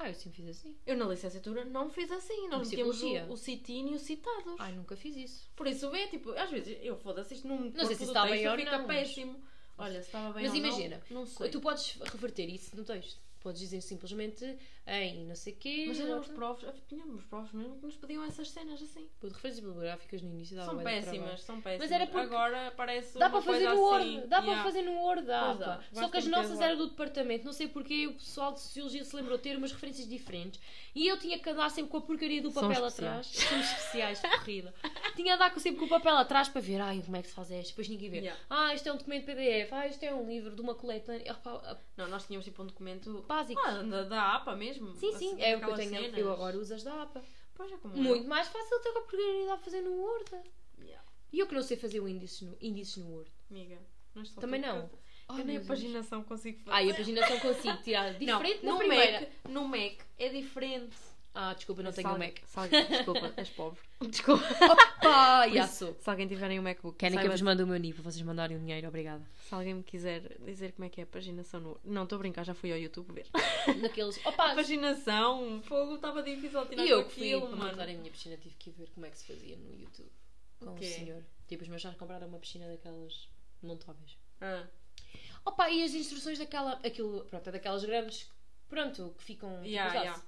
C: Ah, eu sempre fiz assim.
A: Eu na licenciatura não fiz assim. Nós
C: Em
A: metíamos
C: psicologia.
A: o, o citinho e os citados.
C: Ai, nunca fiz isso.
A: Por isso vê, tipo, às vezes eu foda-se isto num
C: sei
A: corpo
C: se
A: do
C: estava
A: texto
C: bem ou
A: fica
C: não, mas-
A: péssimo. Olha, se estava bem
C: Mas
A: ou não,
C: imagina,
A: não sei.
C: Tu podes reverter isso no texto. Podes dizer simplesmente em não sei quê.
A: Mas eram os provos, tínhamos provos mesmo que nos pediam essas cenas assim.
C: Pô, de referências bibliográficas no início dava
A: são
C: bué de trabalho.
A: péssimas, são péssimas.
C: era porque-
A: Agora parece
C: Dá
A: uma
C: para fazer
A: coisa
C: no Word,
A: assim.
C: dá para
A: yeah.
C: fazer no Word da
A: Pois dá,
C: APA. Só
A: basta
C: que as
A: meter
C: nossas
A: lá.
C: eram do departamento, não sei porquê, o pessoal de Sociologia se lembrou de ter umas referências diferentes. E eu tinha que andar sempre com a porcaria do
A: São
C: papel atrás.
A: especiais.
C: Somos especiais, corrida. [LAUGHS] tinha que andar sempre com o papel atrás para ver, ai, como é que se faz isto? Depois tinha que ver,
A: Yeah.
C: ah, isto é um documento PDF, ah, isto é um livro de uma coletânea. Opa,
A: Não, nós tínhamos tipo um documento
C: Básico.
A: Ah, da, da APA mesmo.
C: Sim,
A: assim,
C: sim, é o que eu
A: aquelas
C: tenho.
A: cenas.
C: Eu agora uso as da APA.
A: Pois é como
C: Muito mais fácil ter que a porcaria a fazer no Word.
A: eu. Yeah,
C: E eu que não sei fazer o índice no, índices no Word.
A: amiga. não é só
C: Também
A: tu
C: não.
A: que-
C: Ai,
A: eu nem
C: meu
A: a
C: Deus.
A: paginação consigo fazer.
C: Ai, a paginação consigo tirar
A: Não,
C: diferente na
A: no
C: primeira.
A: Mac, no Mac é diferente.
C: Ah, desculpa, não
A: Se
C: tenho o um
A: alguém-
C: Mac. [LAUGHS]
A: se alguém- desculpa, és pobre. Desculpa.
C: Pá, já
A: isso,
C: sou.
A: Se alguém tiverem um MacBook,
C: Querem que eu
A: saiba-
C: vos mande o meu NIP para vocês mandarem o dinheiro? Obrigada.
A: se alguém me quiser dizer como é que é a paginação no. Não, estou a brincar, já fui ao YouTube ver.
C: Naqueles. Opa,
A: A paginação, fogo, estava difícil tirar
C: e eu
A: com
C: que fui
A: aquilo,
C: para
A: mano.
C: montar a minha piscina tive que ir ver como é que se fazia no YouTube com o,
A: quê?
C: senhor. Tipo, os meus já compraram uma piscina daquelas montáveis.
A: Ah,
C: Opa, e as instruções daquela. Aquilo, pronto, é daquelas grandes. Pronto, que ficam. tipo,
A: Yeah,
C: as
A: yeah.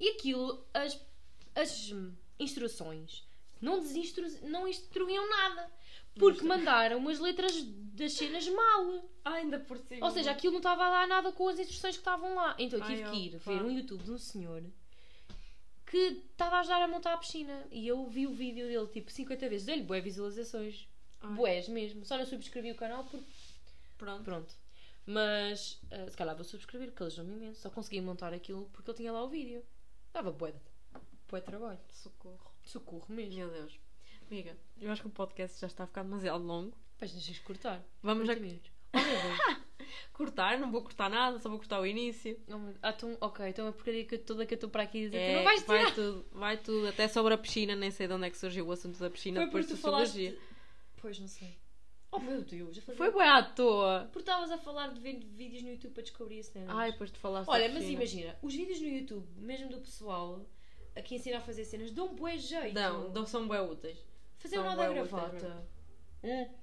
C: E aquilo, as, as instruções não, desinstru- não instruíam nada. Porque mandaram umas letras das cenas mal.
A: Ah, ainda por cima.
C: Ou seja, aquilo não estava a dar nada com as instruções que estavam lá. Então eu tive
A: Ai, oh,
C: que ir
A: opa.
C: ver um YouTube de um senhor que estava a ajudar a montar a piscina. E eu vi o vídeo dele tipo 50 vezes. Dei-lhe boé visualizações.
A: Ai.
C: Boés mesmo. Só não subscrevi o canal porque
A: pronto.
C: Pronto. Mas eh, se calhar vou subscrever, porque eles dão-me imenso. Só consegui montar aquilo porque ele tinha lá o vídeo. Dava bué de bué de trabalho.
A: Socorro.
C: Socorro mesmo.
A: Meu Deus. Amiga, eu acho que o podcast já está a ficar demasiado longo.
C: Mas deixas de cortar.
A: Vamos já
C: Muito menos. Oh, meu
A: [LAUGHS]
C: Deus.
A: cortar, não vou cortar nada, só vou cortar o início.
C: Oh, meu- Ah, então, ok, então a porcaria que eu, toda que eu estou para aqui dizer, tu
A: É,
C: não vais tirar.
A: vai tudo, vai tudo, até sobre a piscina, nem sei de onde é que surgiu o assunto da piscina
C: Foi
A: depois
C: porque
A: de
C: tu falaste.
A: sociologia.
C: Pois, não sei. Oh, meu Deus. já falei-
A: Foi bem à toa.
C: Porque estavas a falar de ver vídeos no YouTube para descobrir esse cenas.
A: Ai, depois tu falaste. da
C: Olha, mas
A: piscina.
C: imagina, os vídeos no YouTube, mesmo do pessoal a que ensina a fazer cenas, dão bué jeito.
A: Não, não são bem úteis.
C: Fazer
A: São
C: um nó da
A: bué né? úteis
C: gravata.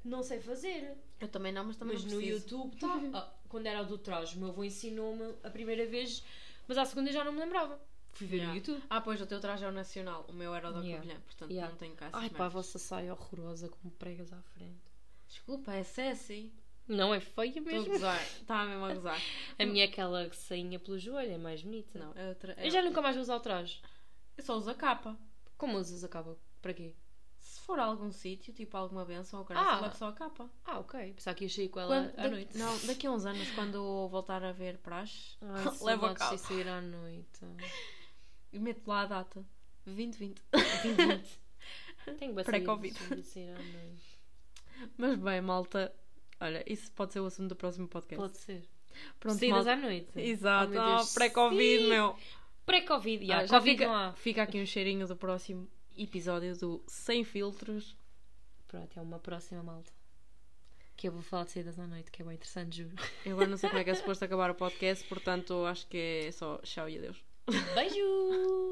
C: Não sei fazer.
A: Eu também não, mas também
C: mas
A: não
C: no
A: preciso.
C: [LAUGHS] YouTube tá. Ah, quando era o do Trás, o meu avô ensinou-me a primeira vez, mas à segunda já não me lembrava. Fui ver
A: Yeah.
C: no YouTube.
A: Ah, pois, o teu traje é o nacional, o meu era o da
C: Yeah.
A: Covilhã, portanto
C: Yeah.
A: não tenho cá essas
C: Ai pá, a
A: merdas.
C: vossa saia horrorosa com pregas à frente.
A: Desculpa, é Ceci.
C: Não é feia
A: Estou a
C: mesmo.
A: gozar, estava mesmo a
C: [LAUGHS]
A: gozar.
C: A minha é aquela que sainha pelo joelho, é mais bonita.
A: Não, é outra. é-
C: Eu já nunca mais vou usar o traje.
A: Eu só uso a capa.
C: Como usas a capa? Para quê?
A: Se for a algum sítio, tipo alguma benção ou
C: Ah.
A: caralho, levo só a capa.
C: Ah, ok. Pensava que ia sair com ela
A: Quando,
C: à
A: da-
C: noite.
A: Não, daqui a uns anos, quando voltar a ver praxe, [LAUGHS]
C: [LAUGHS] Ai,
A: levo a
C: saudades
A: capa.
C: de sair à [LAUGHS] noite.
A: E meto lá a data. 2020.
C: Tenho
A: Pré-Covid.
C: saudades de sair à noite.
A: Mas bem, malta. Olha, isso pode ser o assunto do próximo podcast.
C: Pode ser.
A: Pronto,
C: Saídas
A: malta.
C: à noite.
A: Exato.
C: Oh, meu Deus.
A: Ah, Pré-Covid,
C: Sim.
A: meu.
C: Pré-Covid, já,
A: Ah, já
C: Covid não
A: fica,
C: há.
A: fica aqui um cheirinho do próximo episódio do Sem Filtros.
C: Pronto, é uma próxima malta. Que eu vou falar de saídas à noite, que é bem interessante,
A: [LAUGHS]
C: juro.
A: Eu agora não sei como é que é suposto acabar o podcast, portanto acho que é só tchau e adeus.
C: Beijo!